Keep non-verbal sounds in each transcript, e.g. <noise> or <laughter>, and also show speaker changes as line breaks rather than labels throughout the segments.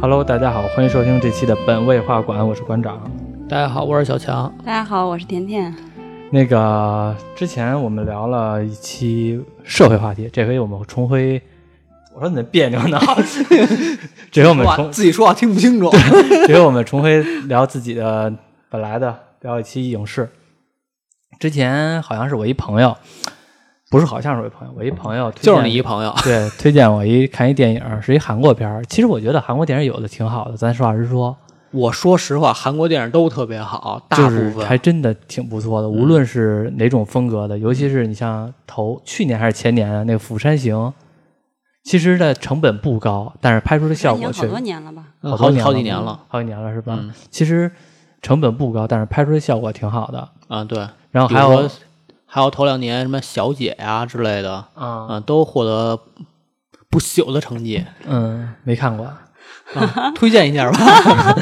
Hello，大家好，欢迎收听这期的本位画馆，我是馆长。
大家好，我是小强。
大家好，我是甜甜。
那个之前我们聊了一期社会话题，这回我们重回。我说你那别扭呢， <laughs> 这回我们重
自己说话啊听不清楚。
这回我们重回聊自己的本来的聊一期影视。之前好像是我一朋友，不是好像是我一朋友，我一朋友推荐
就是你一朋友，
对，推荐我一看一电影，是一韩国片儿。其实我觉得韩国电影有的挺好的，咱实话实说，
我说实话，韩国电影都特别好，大
就
部
是
分。嗯
还真的挺不错的。无论是哪种风格的，尤其是你像头去年还是前年啊的那个《釜山行》，其实的成本不高，但是拍出的效
已经
果
好
却
多年了吧？
嗯
多
好
年
好
了
几年了，
好几年了是吧？
嗯
其实成本不高，但是拍出的效果挺好的。
啊，对。
然后还
比如
有
说还有头两年什么小姐呀、之类的，
啊
啊，都获得不朽的成 <laughs> 绩。
嗯，没看过。
啊推荐一下吧。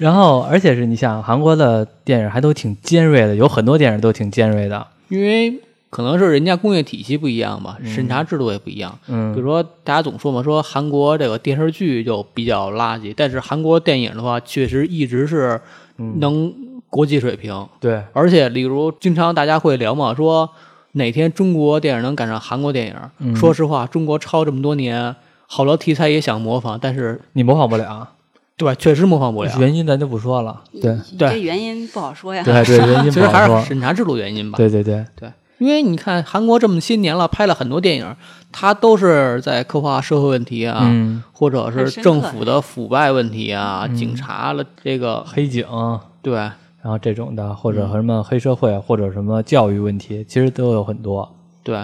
然后，而且是你想，韩国的电影还都挺尖锐的，有很多电影都挺尖锐的。
因为可能是人家工业体系不一样吧，审查制度也不一样。
嗯
比如说大家总说嘛，说韩国这个电视剧就比较垃圾，但是韩国电影的话，确实一直是嗯能国际水平。
对，
而且，例如经常大家会聊嘛，说哪天中国电影能赶上韩国电影？
嗯
说实话，中国抄这么多年，好多题材也想模仿，但是
你模仿不了，
对，确实模仿不了。
原因咱就不说了。对，
对
这原因不好说呀。
对对，原因
其
不
实
好
还
说
是。审查制度原因吧。
对对对，
对，因为你看韩国这么些年了，拍了很多电影，它都是在刻画社会问题啊，
嗯，
或者
很
是
深刻
政府的腐败问题啊，警察了这个
黑警，
对
然后这种的，或者
嗯
什么黑社会，或者什么教育问题，其实都有很多。
对，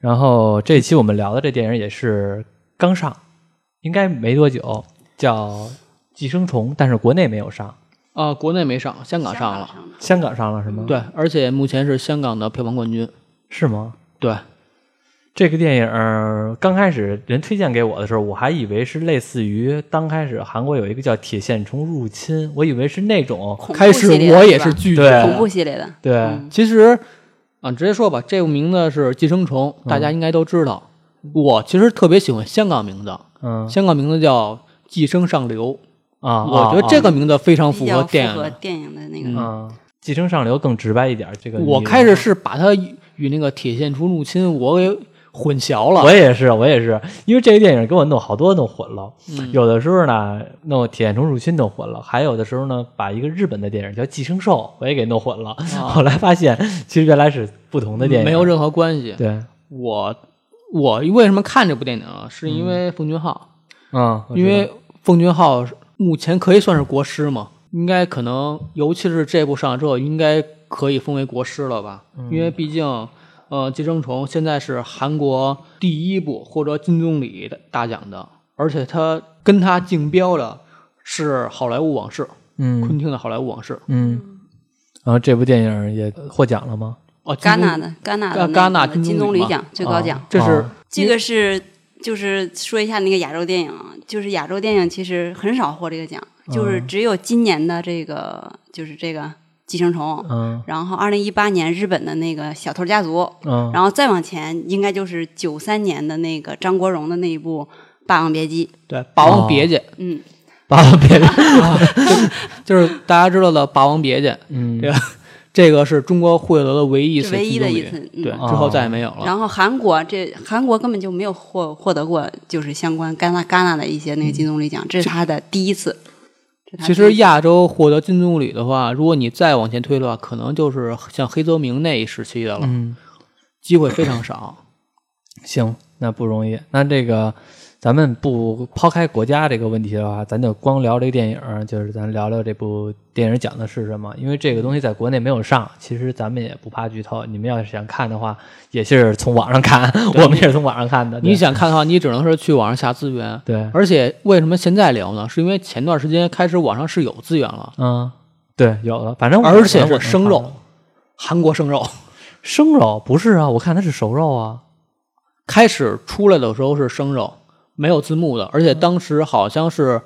然后这期我们聊的这电影也是刚上，应该没多久，叫《寄生虫》，但是国内没有上，
啊，国内没上，香港
香
上
港
了，
上了，
香港上了是吗？，
对，而且目前是香港的票房冠军，
是吗？
对，
这个电影呃刚开始人推荐给我的时候，我还以为是类似于刚开始韩国有一个叫《铁线虫入侵》，我以为是那种
恐怖
开始
系列的
我
是
也
吧
是拒
对
<laughs> 恐
绝。
怖系列的，
对，
其实啊，直接说吧，这个名字是《寄生虫》，大
嗯
家应该都知道。我其实特别喜欢香港名字，
嗯
香港名字叫《寄生上流》，
啊，
我觉得这个名字非常符
比较
合电
符
影
合
的。
电影的那
嗯，
个。
啊寄生上流更直白一点。这个啊
我
你
开始是把它与那个《铁线虫入侵》我给混淆了。
我也是，我也是，因为这个电影给我弄好多弄混了。有的时候呢，弄《铁线虫入侵》弄混了，还有的时候呢，把一个日本的电影叫《寄生兽》，我也给弄混了。后来发现，其实原来是不同的电影，啊
没有任何关系。
对，
我我为什么看这部电影啊？是因为奉俊昊，
嗯，我知道
因为奉俊昊目前可以算是国师嘛，应该可能，尤其是这部上了之后，应该可以封为国师了吧？
嗯
因为毕竟，呃，《寄生虫》现在是韩国第一部获得金棕榈的大奖的，而且他跟他竞标的是《好莱坞往事》
嗯
昆汀的《好莱坞往事》
嗯，然后这部电影也获奖了吗？
哦，
戛
金
纳
棕
的戛纳
呃
的
戛纳
那个
金
金
棕
棕
榈
榈
嘛
奖最高奖
啊，
这是
哦
这个是就是说一下那个亚洲电影啊，就是亚洲电影其实很少获这个奖，就是只有今年的这个就是这个《寄生虫》，
嗯
然后二零一八年日本的那个《小偷家族》，
嗯
然后再往前应该就是九三年的那个张国荣的那一部《霸王别姬》，
对《霸
哦
王别姬》
嗯，
霸王别姬，
就是大家知道的《霸王别姬》，
嗯
对这个是中国获得的唯一一
是
次
唯一
金棕
的一
榈
次嗯
对，
哦
之后再也没有了。
然后韩国这韩国根本就没有获获得过就是相关戛纳戛纳的一些那个金棕榈奖，这是他的第一次。这是他
其
第
实
一次
亚洲获得金棕榈的话，如果你再往前推的话，可能就是像黑泽明那一时期的了，
嗯，
机会非常少。
行，那不容易。那这个咱们不抛开国家这个问题的话，咱就光聊这个电影，就是咱聊聊这部电影讲的是什么。因为这个东西在国内没有上，其实咱们也不怕剧透。你们要是想看的话，也是从网上
<laughs>
看，我们也是从网上看的。对
你想看的话，你只能是去网上下资源。
对，
而且为什么现在聊呢？是因为前段时间开始网上是有资源了，
嗯，对，有了，反正我
而且
我能
是生
看
肉
到，
韩国生肉。
生肉不是啊，我看它是熟肉啊。
开始出来的时候是生肉，没有字幕的，而且当时好像是，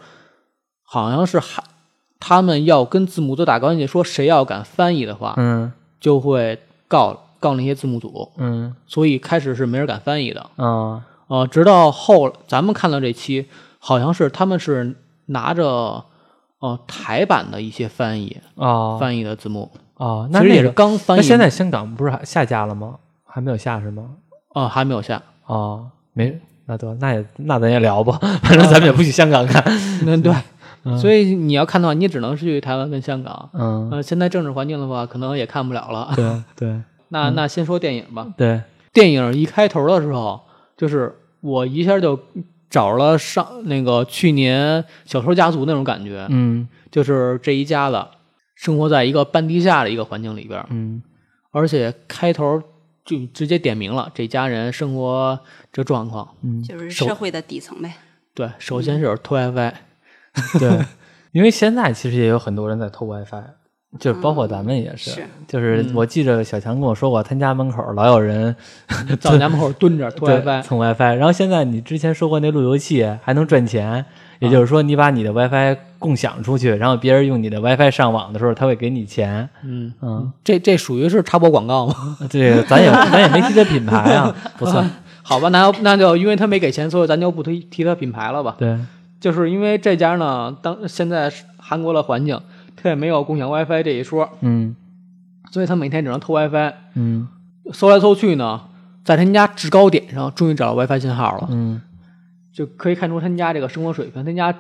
好像是还他们要跟字幕组打关系，说谁要敢翻译的话，
嗯
就会告告那些字幕组，
嗯
所以开始是没人敢翻译的。
啊
呃，直到后咱们看到这期，好像是他们是拿着呃台版的一些翻译
啊
翻译的字幕，
啊，
其
那
实也
那
是
个
刚翻译。
那现在香港不是还下架了吗？还没有下是吗？
呃还没有
<laughs>
下，
啊，没，那得那也那咱也聊 <laughs> 吧，反正咱们也不去香港看。
那对，
嗯
所以你要看的话，你只能是去台湾跟香港。
嗯，
呃，现在政治环境的话，可能也看不了了。 <laughs>
对对
那那先说电影吧。
对，
电影一开头的时候，就是我一下就找了上那个去年《小偷家族》那种感觉，
嗯
就是这一家子生活在一个半地下的一个环境里边儿，
嗯
而且开头就直接点明了这家人生活这状况。
嗯，
就是
手
社会的底层呗。
对，首先是偷 WiFi，
<laughs> 对，因为现在其实也有很多人在偷 WiFi，就是包括咱们也是。
是
就是我记着小强跟我说过，他家门口老有人
在我家门口蹲着
嗯
偷
对
WiFi，
蹭 WiFi。然后现在你之前说过那路由器还能赚钱，也就是说你把你的 WiFi 共享出去，然后别人用你的 WiFi 上网的时候，他会给你钱。
嗯，
嗯，
这这属于是插播广告吗？ <laughs>
这个咱也咱也没提这品牌 <laughs> 啊，不算。
好吧，那那就因为他没给钱，所以咱就不提提他品牌了吧。
对，
就是因为这家呢，当现在是韩国的环境，他也没有共享 WiFi 这一说，
嗯
所以他每天只能偷 WiFi，
嗯
搜来搜去呢，在他们家制高点上终于找到 WiFi 信号了，
嗯
就可以看出他们家这个生活水平。他们家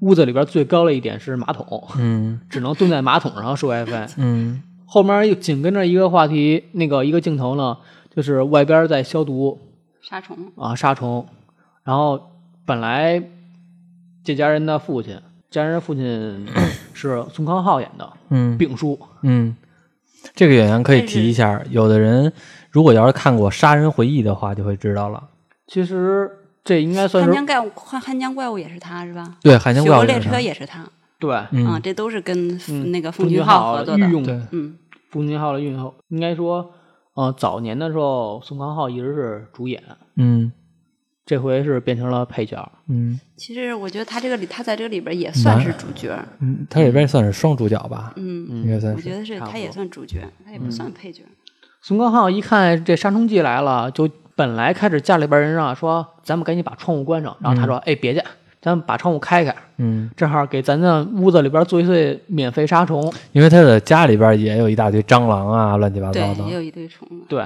屋子里边最高的一点是马桶， <laughs>
嗯
只能蹲在马桶上收 WiFi。
嗯
后面又紧跟着一个话题，那个一个镜头呢，就是外边在消毒
杀虫，
啊杀虫，然后本来这家人的父亲，家人的父亲是宋康昊演的。
嗯
丙叔，
嗯，这个演员可以提一下。有的人如果要是看过《杀人回忆》的话，就会知道了。
其实这应该算
汉
是
江怪物，汉汉江怪物也是他是吧？
对，《海
雪
鲜怪
国
物
列
猎杀
车》也是他
对
啊，
嗯，
这都是跟
嗯
那个
奉
奉
俊
俊
昊
昊合作
御
的。
用
对，
嗯，
奉俊昊的运后，应该说，呃，早年的时候宋康昊一直是主演，
嗯
这回是变成了配角。
嗯
其实我觉得他这个里，他在这个里边也算是主角。
嗯，他里边算是双主角吧，
嗯，
应该算
我
是。
觉得是
差不
他也
多
算主角，他也不算配角。
宋康昊一看这杀虫剂来了，就本来开始家里边人让说，咱们赶紧把窗户关上，然后他说，哎，别介，咱们把窗户开开，
嗯，
正好给咱的屋子里边做一做免费杀虫。
因为他的家里边也有一大堆蟑螂啊，乱七八
对
糟，
也
的。
嗯有一堆虫子。
对，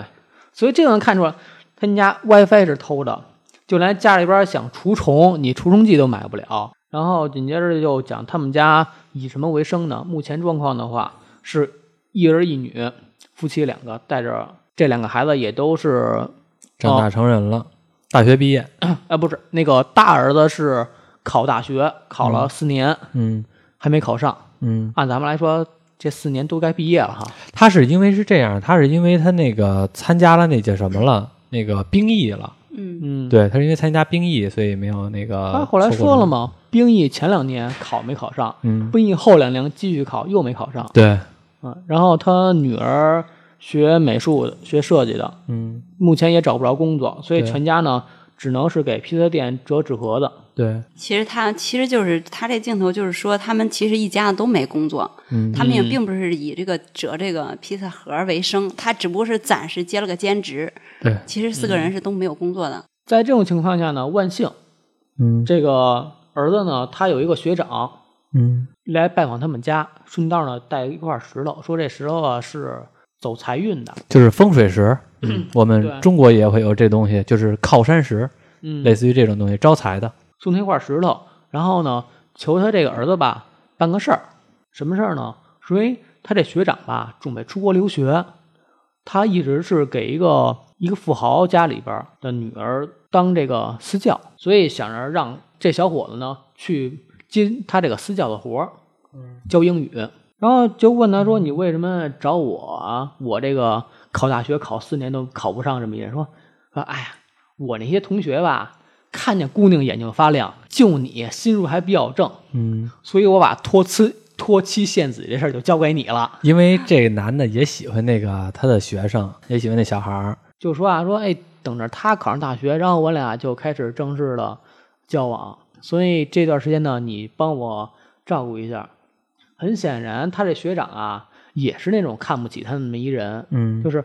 所以这能看出来，他们家 WiFi 是偷的，就连家里边儿想除虫，你除虫剂都买不了。然后紧接着就讲他们家以什么为生呢？目前状况的话，是一儿一女，夫妻两个带着这两个孩子也都是，
长大成人
哦
了，大学毕业。
呃，不是那个大儿子是考大学，考了四年、
嗯
还没考上，
嗯，
按咱们来说，这四年都该毕业了哈。
他是因为是这样，他是因为他那个参加了那叫什么了，那个兵役了。
嗯，
嗯，。
对，啊他是因为参加兵役，所以没有那个。
他后来说了？嘛，兵役前两年考没考上，
嗯，
兵役后两年继续考，又没考上
对，
啊。然后他女儿学美术的、学设计的，
嗯，
目前也找不着工作，所以
对
全家呢只能是给披萨店折纸盒子。
对，
其实他其实就是他这镜头就是说，他们其实一家子都没工作，
嗯
他们也
嗯
并不是以这个折这个披萨盒为生，他只不过是暂时接了个兼职。
对，
其实四个
嗯
人是都没有工作的。
在这种情况下呢，万幸
嗯
这个儿子呢，他有一个学长
嗯
来拜访他们家，顺道呢带一块石头，说这石头啊是走财运的，
就是风水石，我们
嗯对
中国也会有这东西，就是靠山石，
嗯，
类似于这种东西，招财的。
送他一块石头，然后呢，求他这个儿子吧办个事儿，什么事儿呢？是因为他这学长吧准备出国留学，他一直是给一个一个富豪家里边的女儿当这个私教，所以想着让这小伙子呢去接他这个私教的活儿，教英语。然后就问他说：“你为什么找我啊？我这个考大学考四年都考不上，这么一人说说，哎呀，我那些同学吧，看见姑娘眼睛发亮，就你心术还比较正，
嗯，
所以我把托妻托妻献子这事儿就交给你了。
因为这个男的也喜欢那个他的学生，也喜欢那小孩儿。
就说啊，说哎，等着他考上大学，然后我俩就开始正式的交往。所以这段时间呢，你帮我照顾一下。很显然，他这学长啊，也是那种看不起他那么一人，
嗯
就，是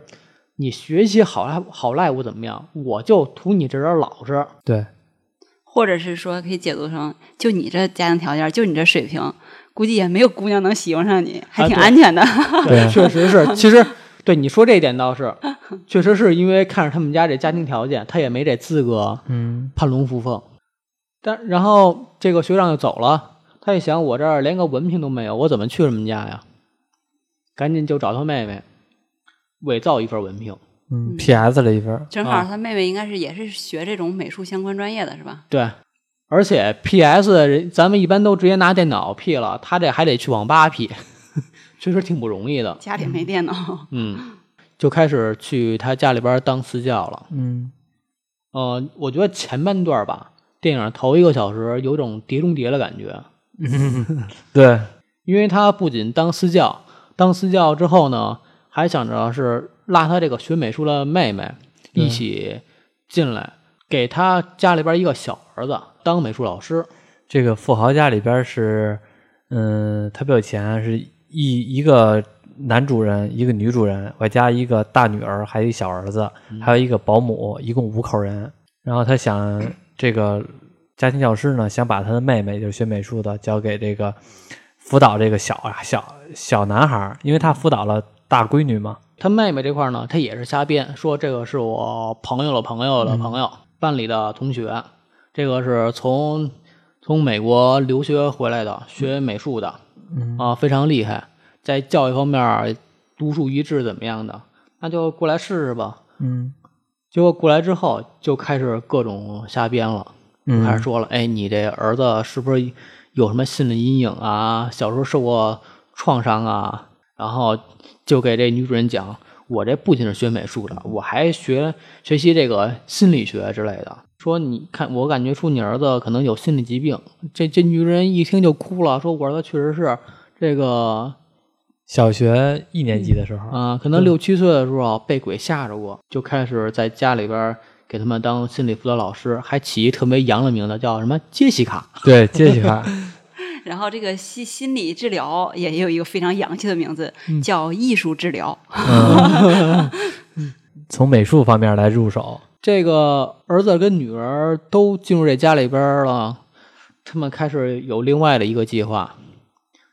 你学习好赖好赖我怎么样，我就图你这点儿老实。
对，
或者是说可以解读成，就你这家庭条件，就你这水平，估计也没有姑娘能喜欢上你， <laughs> 还挺
啊对
安
<laughs>
全的。
对
确实是。其实对你说这一点倒是，确实是因为看着他们家这家庭条件，他也没这资格
嗯
攀龙附凤。但然后这个学长就走了，他一想，我这儿连个文凭都没有，我怎么去人们家呀？赶紧就找他妹妹，伪造一份文凭。
嗯，PS 了一份儿，
正好
啊
他妹妹应该是也是学这种美术相关专业的，是吧？
对，而且 PS 人咱们一般都直接拿电脑 P 了，他这还得去网吧 P，确实挺不容易的。
家里没电脑， <laughs>
嗯，就开始去他家里边当私教了。
嗯
呃，我觉得前半段吧，电影头一个小时有种碟中谍的感觉，
对，
因为他不仅当私教，当私教之后呢，还想着是拉他这个学美术的妹妹
对
一起进来，给他家里边一个小儿子当美术老师。
这个富豪家里边儿是，嗯，特别有钱，是一一个男主人，一个女主人，外加一个大女儿，还有一小儿子，还有一个保姆，一共五口人。然后他想，这个家庭教师呢，想把他的妹妹，就是学美术的，交给这个辅导这个小啊小小男孩儿，因为他辅导了大闺女嘛。
他妹妹这块呢，他也是瞎编，说这个是我朋友的朋友的朋友、班里的同学，这个是从从美国留学回来的，学美术的，啊，非常厉害，在教育方面独树一帜，怎么样的？那就过来试试吧。
嗯
结果过来之后，就开始各种瞎编了，就开始
嗯
说了，哎，你这儿子是不是有什么心理阴影啊？小时候受过创伤啊？然后就给这女主人讲，我这不仅是学美术的，我还学学习这个心理学之类的。说你看，我感觉出你儿子可能有心理疾病。这这女人一听就哭了，说我儿子确实是这个
小学一年级的时候，
啊，可能六七岁的时候啊被鬼吓着过，就开始在家里边儿给他们当心理辅导老师，还起一特别洋的名字，叫什么杰西卡。
对杰西卡，
然后这个心心理治疗也有一个非常洋气的名字，
嗯
叫艺术治疗。
嗯 <laughs> 从美术方面来入手，
这个儿子跟女儿都进入这家里边儿了，他们开始有另外的一个计划。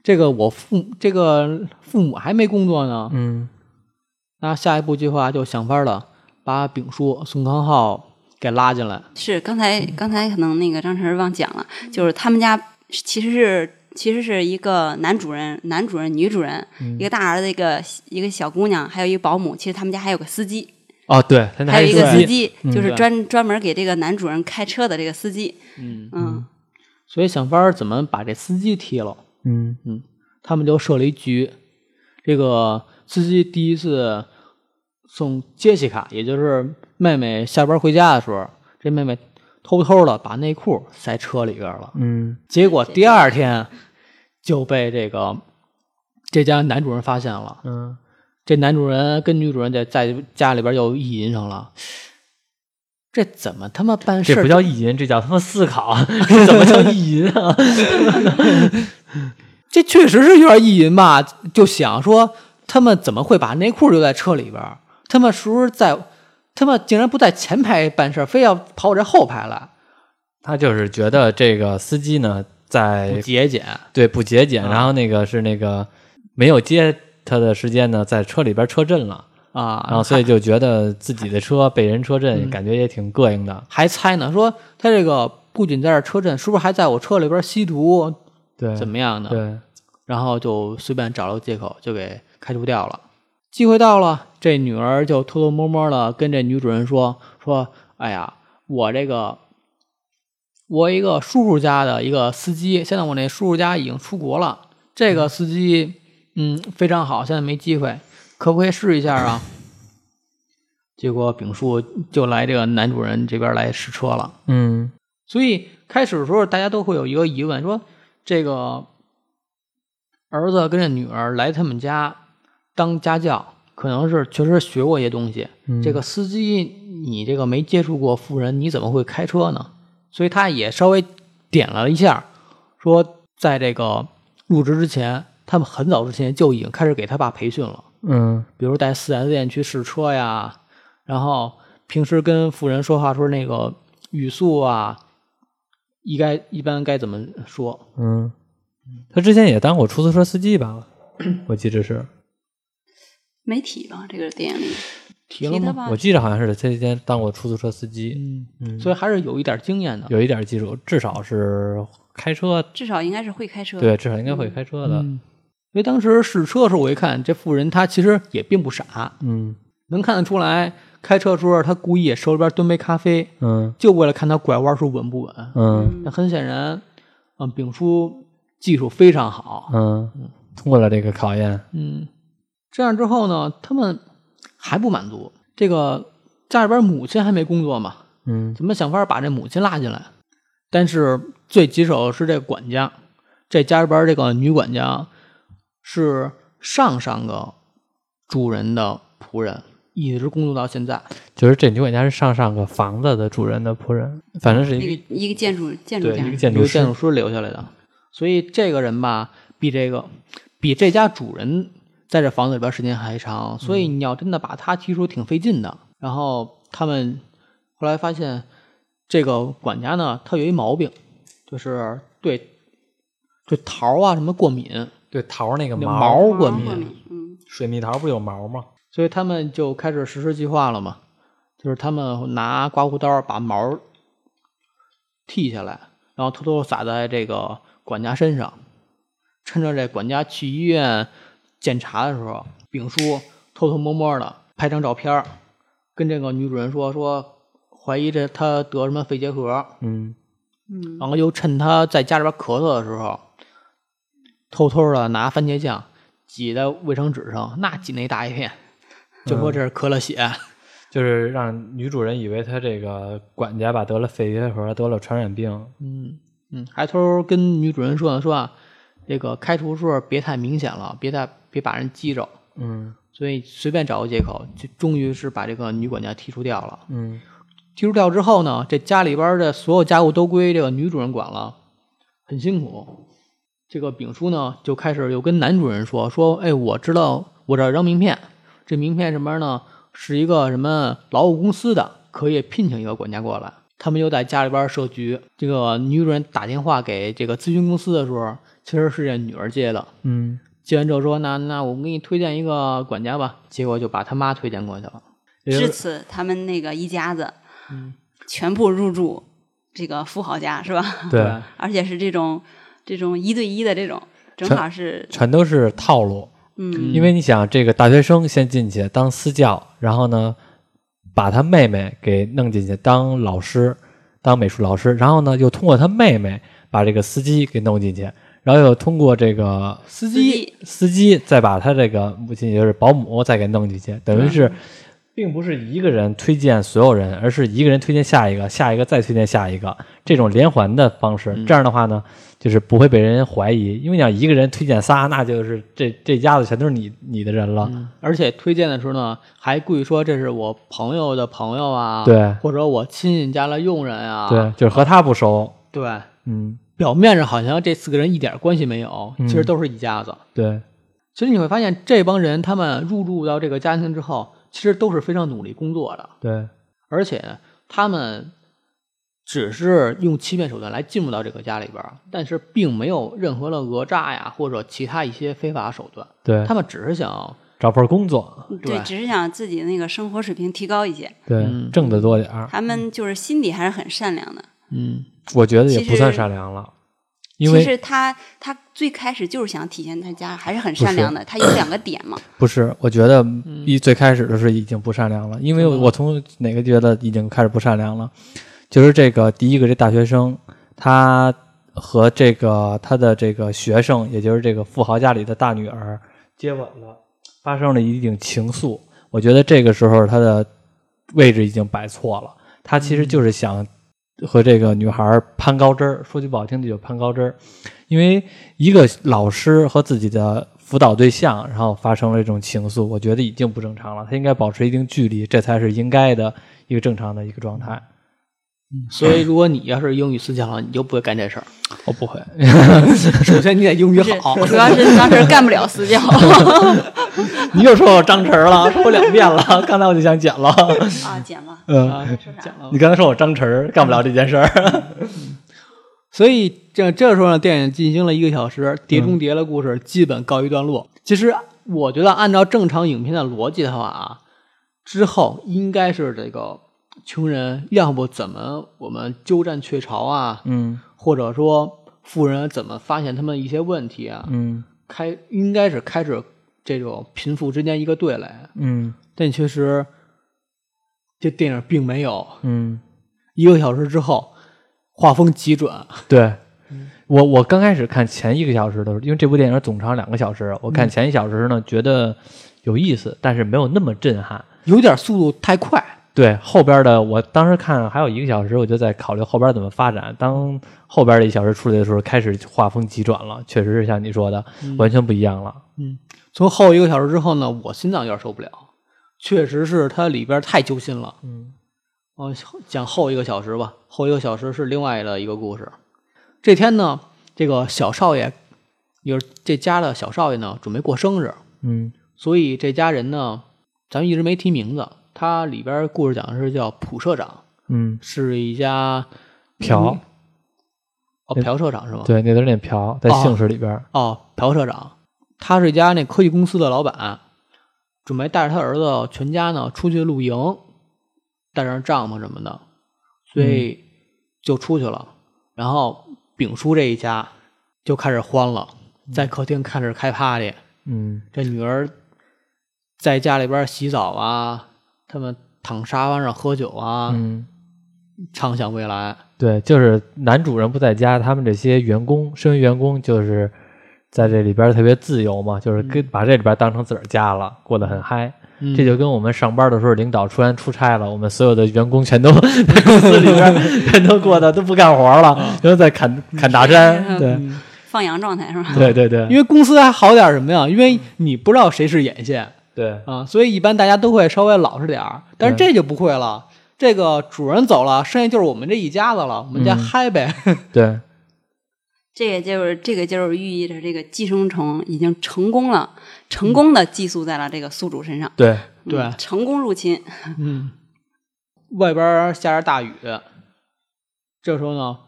这个我父这个父母还没工作呢，
嗯
那下一步计划就想法儿了，把丙叔宋康昊给拉进来。
是刚才
嗯
刚才可能那个张晨儿忘讲了，就是他们家其实是其实是一个男主人、男主人、女主人，
嗯
一个大儿子、一个一个小姑娘，还有一个保姆。其实他们家还有个司机，
哦，对，嗯他那
还有一
是
个
司机
司机，就是
对
专专门给这个男主人开车的这个司机。
嗯，
嗯，
所以想法儿怎么把这司机踢了。
嗯
他们就设了一局。这个司机第一次送杰西卡，也就是妹妹下班回家的时候，这妹妹偷偷的把内裤塞车里边了。
嗯
结果第二天就被这个这家男主人发现了。
嗯
这男主人跟女主人在在家里边又意淫上了。这怎么他妈办事
这
儿？
不叫意淫，这叫他妈思考， <laughs> 这怎么叫意淫啊？ <laughs>
这确实是有点意淫吧？就想说他们怎么会把内裤留在车里边儿？他们是不是在？他们竟然不在前排办事儿，非要跑我这后排来
他就是觉得这个司机呢，
不
在
节俭？
对不节俭，
啊
然后那个是那个没有接他的时间呢，在车里边车震了，
啊，
然后所以就觉得自己的车被人车震，感觉也挺膈应的。
还猜呢，说他这个不仅在这儿车震，是不是还在我车里边吸毒？
对，
怎么样呢？
对，
然后就随便找了个借口就给开除掉了。机会到了，这女儿就偷偷摸摸的跟这女主人说说：“哎呀，我这个我一个叔叔家的一个司机，现在我那叔叔家已经出国了，这个司机嗯非常好，现在没机会，可不可以试一下啊？” <laughs> 结果丙叔就来这个男主人这边来试车了。
嗯
所以开始的时候，大家都会有一个疑问，说这个儿子跟这女儿来他们家当家教，可能是确实学过一些东西。
嗯
这个司机，你这个没接触过富人，你怎么会开车呢？所以他也稍微点了一下，说在这个入职之前，他们很早之前就已经开始给他爸培训了。
嗯
比如带四 S 店去试车呀，然后平时跟富人说话时候那个语速啊，一该一般该怎么说？
嗯，他之前也当过出租车司机吧？我记得是，
没提吧？这个电影里
提了
提他
吗？
吧
我？记得好像是他之前当过出租车司机，
嗯，
嗯，
所以还是有一点经验的。
有一点技术，至少是开车，
至少应该是会开车。
对，至少应该会开车的，
嗯，因为当时试车的时候，我一看这妇人她其实也并不傻，
嗯
能看得出来，开车的时候她故意也手里边蹲杯咖啡，
嗯
就为了看她拐弯时候稳不稳。
嗯
那很显然，嗯，丙叔技术非常好。
嗯，通过了这个考验，
嗯，这样之后呢，他们还不满足，这个家里边母亲还没工作嘛，
嗯
怎么想法把这母亲拉进来？但是最棘手是这个管家，这家里边这个女管家是上上个主人的仆人，一直工作到现在。
就是这女管家是上上个房子的主人的仆人，反正是
那
一个
个一个建筑建筑
对
家
一个，建
由
筑
建
师
筑，师留下来的。所以这个人吧，比这个比这家主人在这房子里边时间还长，所
嗯
以你要真的把他踢出，挺费劲的。然后他们后来发现，这个管家呢，他有一毛病，就是对对桃啊什么过敏，
对桃那个
那
毛
毛
猫
过
敏
敏，，
嗯，
水蜜桃不有毛吗？
所以他们就开始实施计划了嘛，就是他们拿刮胡刀把毛剃下来，然后偷偷撒在这个管家身上，趁着这管家去医院检查的时候，丙叔偷偷摸摸的拍张照片儿，跟这个女主人说说怀疑这她得什么肺结核，
嗯
嗯
然后又趁她在家里边咳嗽的时候，偷偷的拿番茄酱挤在卫生纸上，那挤那一大一片，就说这是咳了血。
就是让女主人以为她这个管家吧得了肺结核，得了传染病。
嗯，嗯，还偷偷跟女主人说呢，说啊，这个开除时候别太明显了，别太别把人激着，
嗯
所以随便找个借口，就终于是把这个女管家剔除掉了。
嗯
剔除掉之后呢，这家里边的所有家务都归这个女主人管了，很辛苦。这个丙叔呢，就开始又跟男主人说说，哎，我知道我这儿有张名片，这名片上面呢是一个什么劳务公司的，可以聘请一个管家过来。他们又在家里边设局。这个女主人打电话给这个咨询公司的时候，其实是这女儿接的。
嗯
接完之后说，那那我给你推荐一个管家吧。结果就把他妈推荐过去了。
至此他们那个一家子
嗯，
全部入住这个富豪家是吧？ <laughs>
对，
而且是这种这种一对一的这种，正好是
全都是套路。
嗯
因为你想，这个大学生先进去当私教，然后呢，把他妹妹给弄进去当老师，当美术老师，然后呢，又通过他妹妹把这个司机给弄进去，然后又通过这个司
机
司机再把他这个母亲，也就是保姆再给弄进去，等于是。并不是一个人推荐所有人，而是一个人推荐下一个，下一个再推荐下一个，这种连环的方式。这样的话呢，就是不会被人怀疑，因为你要一个人推荐仨，那就是这这家子全都是你你的人了。
而且推荐的时候呢，还故意说这是我朋友的朋友啊，
对
或者我亲戚家的佣人啊，
对，就是和他不熟。
对。
嗯，
表面上好像这四个人一点关系没有，
嗯
其实都是一家子。
对，
其实你会发现，这帮人他们入住到这个家庭之后，其实都是非常努力工作的，
对，
而且他们只是用欺骗手段来进入到这个家里边儿，但是并没有任何的讹诈呀或者其他一些非法手段，
对
他，们只是想
找份工作，
对，只是想自己那个生活水平提高一些。
对，
嗯
挣得多点儿。
他们就是心底还是很善良的，
嗯
我觉得也
其
不算
实
善良了，因
其
为
实他他最开始就是想体现他家还是很善良的，他有两个点嘛，
不是，我觉得
嗯
一最开始的时候已经不善良了，因为
怎么了
我从哪个觉得已经开始不善良了，就是这个第一个这大学生，他和这个他的这个学生，也就是这个富豪家里的大女儿接吻了，发生了一定情愫。我觉得这个时候他的位置已经摆错了，他其
嗯
实就是想和这个女孩攀高枝儿，说句不好听的就攀高枝儿，因为一个老师和自己的辅导对象，然后发生了这种情愫，我觉得已经不正常了，他应该保持一定距离，这才是应该的一个正常的一个状态。
所以如果你要是英语私教了，你就不会干这事儿。
我哦不会，
<laughs> 首先你得英语
是
好， <laughs>
主要是当时干不了私教，
<laughs> 你又说我张晨儿
<laughs>
了，说我两遍了， <laughs> 刚才我就想剪了。
啊，剪了，
嗯，
啊
说啥
讲了
你刚才说我张晨儿干不了这件事儿，
所以这这时候呢，电影进行了一个小时，《碟中谍》的故事基本告一段落。其实我觉得，按照正常影片的逻辑的话啊，之后应该是这个穷人要不怎么我们鸠占鹊巢啊，
嗯
或者说富人怎么发现他们一些问题啊，
嗯
开应该是开始这种贫富之间一个对垒。
嗯
但其实这电影并没有。
嗯，
一个小时之后，画风急转，
对。
嗯
我我刚开始看前一个小时的时候，因为这部电影总长两个小时，我
嗯
看前一小时呢觉得有意思，但是没有那么震撼。
有点速度太快。
对后边的，我当时看还有一个小时，我就在考虑后边怎么发展。当后边的一小时出来的时候，开始画风急转了，确实是像你说的，
嗯
完全不一样了。
从后一个小时之后呢，我心脏有点受不了，确实是它里边太揪心了。
嗯
我讲后一个小时吧，后一个小时是另外的一个故事。这天呢，这个小少爷，就是这家的小少爷呢，准备过生日，
嗯
所以这家人呢，咱们一直没提名字。他里边故事讲的是叫普社长，
嗯，
是一家
朴，
哦朴社长是吗？
对，那都是那朴在
哦
姓氏里边儿。
哦，朴社长，他是一家那科技公司的老板，准备带着他儿子全家呢出去露营，带上帐篷什么的，所
嗯
以就出去了。然后丙叔这一家就开始慌了，在客厅开始开 party，、
嗯
这女儿在家里边洗澡啊，他们躺沙发上喝酒啊，
嗯，
畅想未来。
对，就是男主人不在家，他们这些员工，身为员工就是在这里边儿特别自由嘛，就是跟、把这里边儿当成自个儿家了，过得很嗨。
嗯
这就跟我们上班的时候，领导突然出差了，我们所有的员工全都 <laughs> 在公司里边儿
<laughs>
全都过得都不干活了，
嗯
然后在砍砍大山。对
放羊状态是吧？
对对对
因为公司还好点什么呀？因
嗯
为你不知道谁是眼线。
对
啊，所以一般大家都会稍微老实点儿，但是
对
这就不会了。这个主人走了，剩下就是我们这一家子了，我们家
嗯
嗨呗。
<laughs> 对，
这也就是这个就是寓意着这个寄生虫已经成功了，成功的寄宿在了这个宿主身上，
对，
嗯
对啊
成功入侵。
嗯，外边儿下着大雨，这时候呢，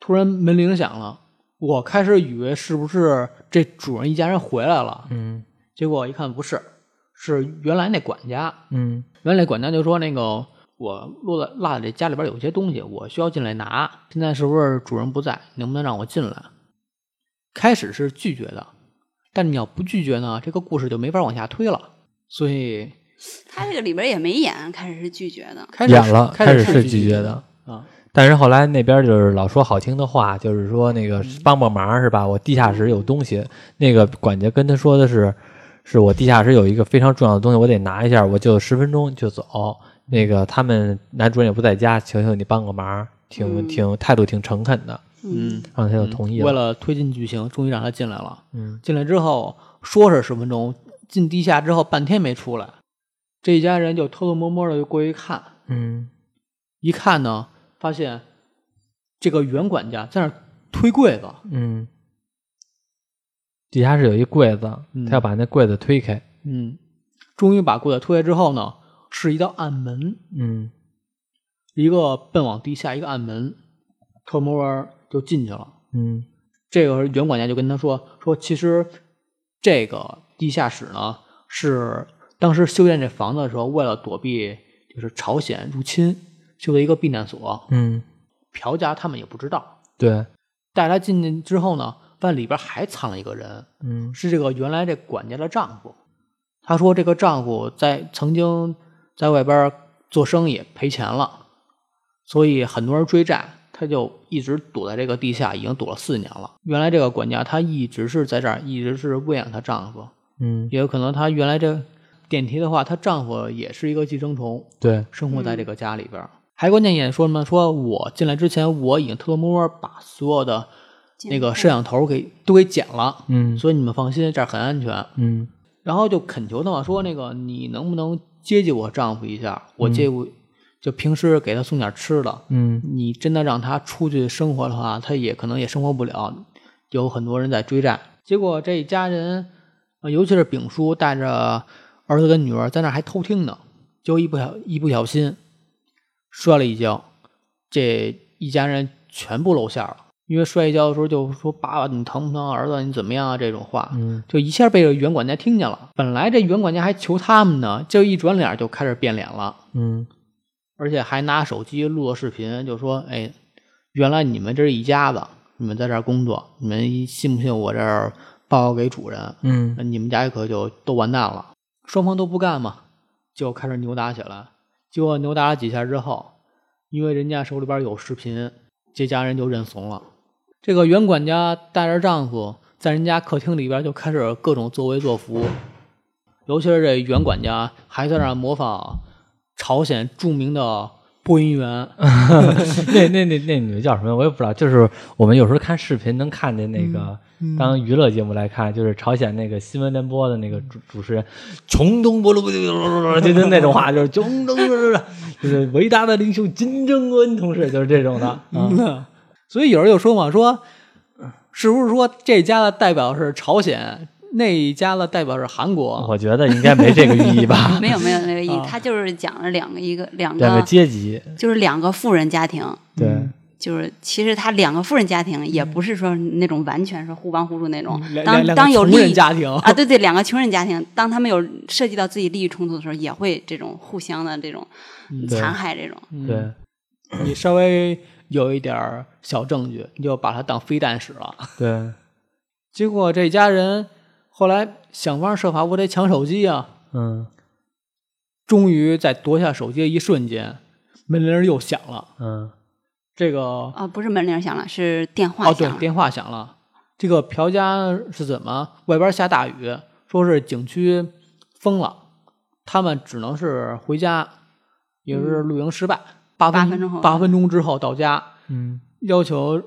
突然门铃响了，我开始以为是不是这主人一家人回来了，
嗯
结果一看不是，是原来那管家。
嗯
原来管家就说那个我落在落在这家里边有些东西，我需要进来拿。现在是不是主人不在？能不能让我进来？开始是拒绝的，但你要不拒绝呢，这个故事就没法往下推了。所以
他这个里边也没演，开始是拒绝的，
开始
演了
开
开始是
是
拒
拒
绝的
的啊，
但是后来那边就是老说好听的话，就是说那个帮帮忙是吧？我地下室有东西，那个管家跟他说的是，是我地下室有一个非常重要的东西，我得拿一下，我就十分钟就走。那个他们男主人也不在家，求求你帮个忙，挺
嗯。
挺态度挺诚恳的，
嗯，
然后他就同意
为
了。
了推进剧情，终于让他进来了。
嗯
进来之后说是十分钟，进地下之后半天没出来，这一家人就偷偷摸摸的就过去看，
嗯
一看呢，发现这个原管家在那儿推柜子，
嗯，地下室有一柜子，
嗯
他要把那柜子推开。
嗯，终于把柜子推开之后呢，是一道暗门，
嗯
一个奔往地下一个暗门，偷摸摸就进去了。
嗯
这个时候原管家就跟他说说，其实这个地下室呢是当时修建这房子的时候，为了躲避就是朝鲜入侵修的一个避难所，
嗯，
朴家他们也不知道。
对，
带他进去之后呢，发现里边还藏了一个人，
嗯
是这个原来这管家的丈夫。她说这个丈夫在曾经在外边做生意赔钱了，所以很多人追债，她就一直躲在这个地下，已经躲了四年了。原来这个管家她一直是在这儿，一直是喂养她丈夫，
嗯
也有可能她原来这点题的话，她丈夫也是一个寄生虫，
对，
生活在这个家里边儿。还关键一点说什么？说我进来之前，我已经偷偷摸摸把所有的那个摄像头给都给剪了，
嗯
所以你们放心，这儿很安全。
嗯
然后就恳求他嘛，说那个你能不能接济我丈夫一下？我接我、就平时给他送点吃的。
嗯
你真的让他出去生活的话，他也可能也生活不了，有很多人在追债。结果这一家人，呃尤其是丙叔带着儿子跟女儿在那儿还偷听呢，就一不小一不小心摔了一跤，这一家人全部露馅了。因为摔一跤的时候就说“爸爸，你疼不疼？儿子，你怎么样啊？”这种话，
嗯
就一下被这袁管家听见了。本来这袁管家还求他们呢，就一转脸就开始变脸了，
<laughs> 嗯
而且还拿手机录了视频，就说：“哎，原来你们这是一家子，你们在这儿工作，你们信不信我这儿报告给主人？
嗯
那你们家可就都完蛋了。”双方都不干嘛，就开始扭打起来。结果扭打了几下之后，因为人家手里边有视频，这家人就认怂了。这个袁管家带着丈夫在人家客厅里边就开始各种作威作福，尤其是这袁管家还在那儿模仿朝鲜著名的播音员，
那那那那女的叫什么？我也不知道。就是我们有时候看视频能看见那个，当娱乐节目来看，就是朝鲜那个新闻联播的那个主主持人，穷东伯鲁伯鲁，就就那种话，就是穷东伯鲁，就是伟大的领袖金正恩同志，就是这种的。啊，
所以有人就说嘛，说是不是说这家的代表是朝鲜，那一家的代表是韩国？
啊我觉得应该没这个寓意吧
<laughs> 没有没有那个意义
<laughs> 啊，
他就是讲了两个一个两
两个
个
阶级，
就是两个富人家庭，
对，
就是其实他两个富人家庭也不是说那种完全是互帮互助那种
嗯两，
当
两两
当
个
有
穷
利
人
益
家庭， <laughs>
啊，对对，两个穷人家庭，当他们有涉及到自己利益冲突的时候，也会这种互相的这种
嗯
对
残害这种。
对，
你稍微有一点儿小证据，你就把它当飞弹使了。 <laughs>
对，
结果这家人后来想方设法，我得抢手机啊！
嗯
终于在夺下手机的一瞬间，门铃儿又响了。
嗯
这个
啊，不是门铃响了，是电话
哦，对
响，了。
电话响了。这个朴家是怎么？外边下大雨，说是景区封了，他们只能是回家，也是露营失败。八
嗯八
分
分钟后
八分钟之后到家，
嗯，
要求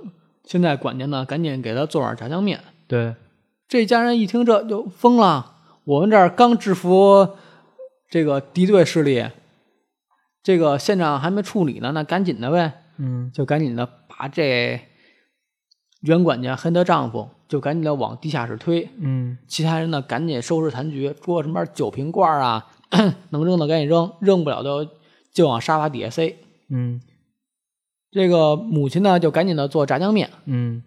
现在管家呢赶紧给他做碗炸酱面。
对，
这家人一听这就疯了，我们这儿刚制服这个敌对势力，这个现场还没处理呢，那赶紧的呗，
嗯
就赶紧的把这袁管家和她丈夫就赶紧的往地下室推，
嗯
其他人呢赶紧收拾残局，桌子什么酒瓶罐啊， <coughs> 能扔的赶紧扔，扔不了就就往沙发底下塞。
嗯
这个母亲呢就赶紧的做炸酱面，
嗯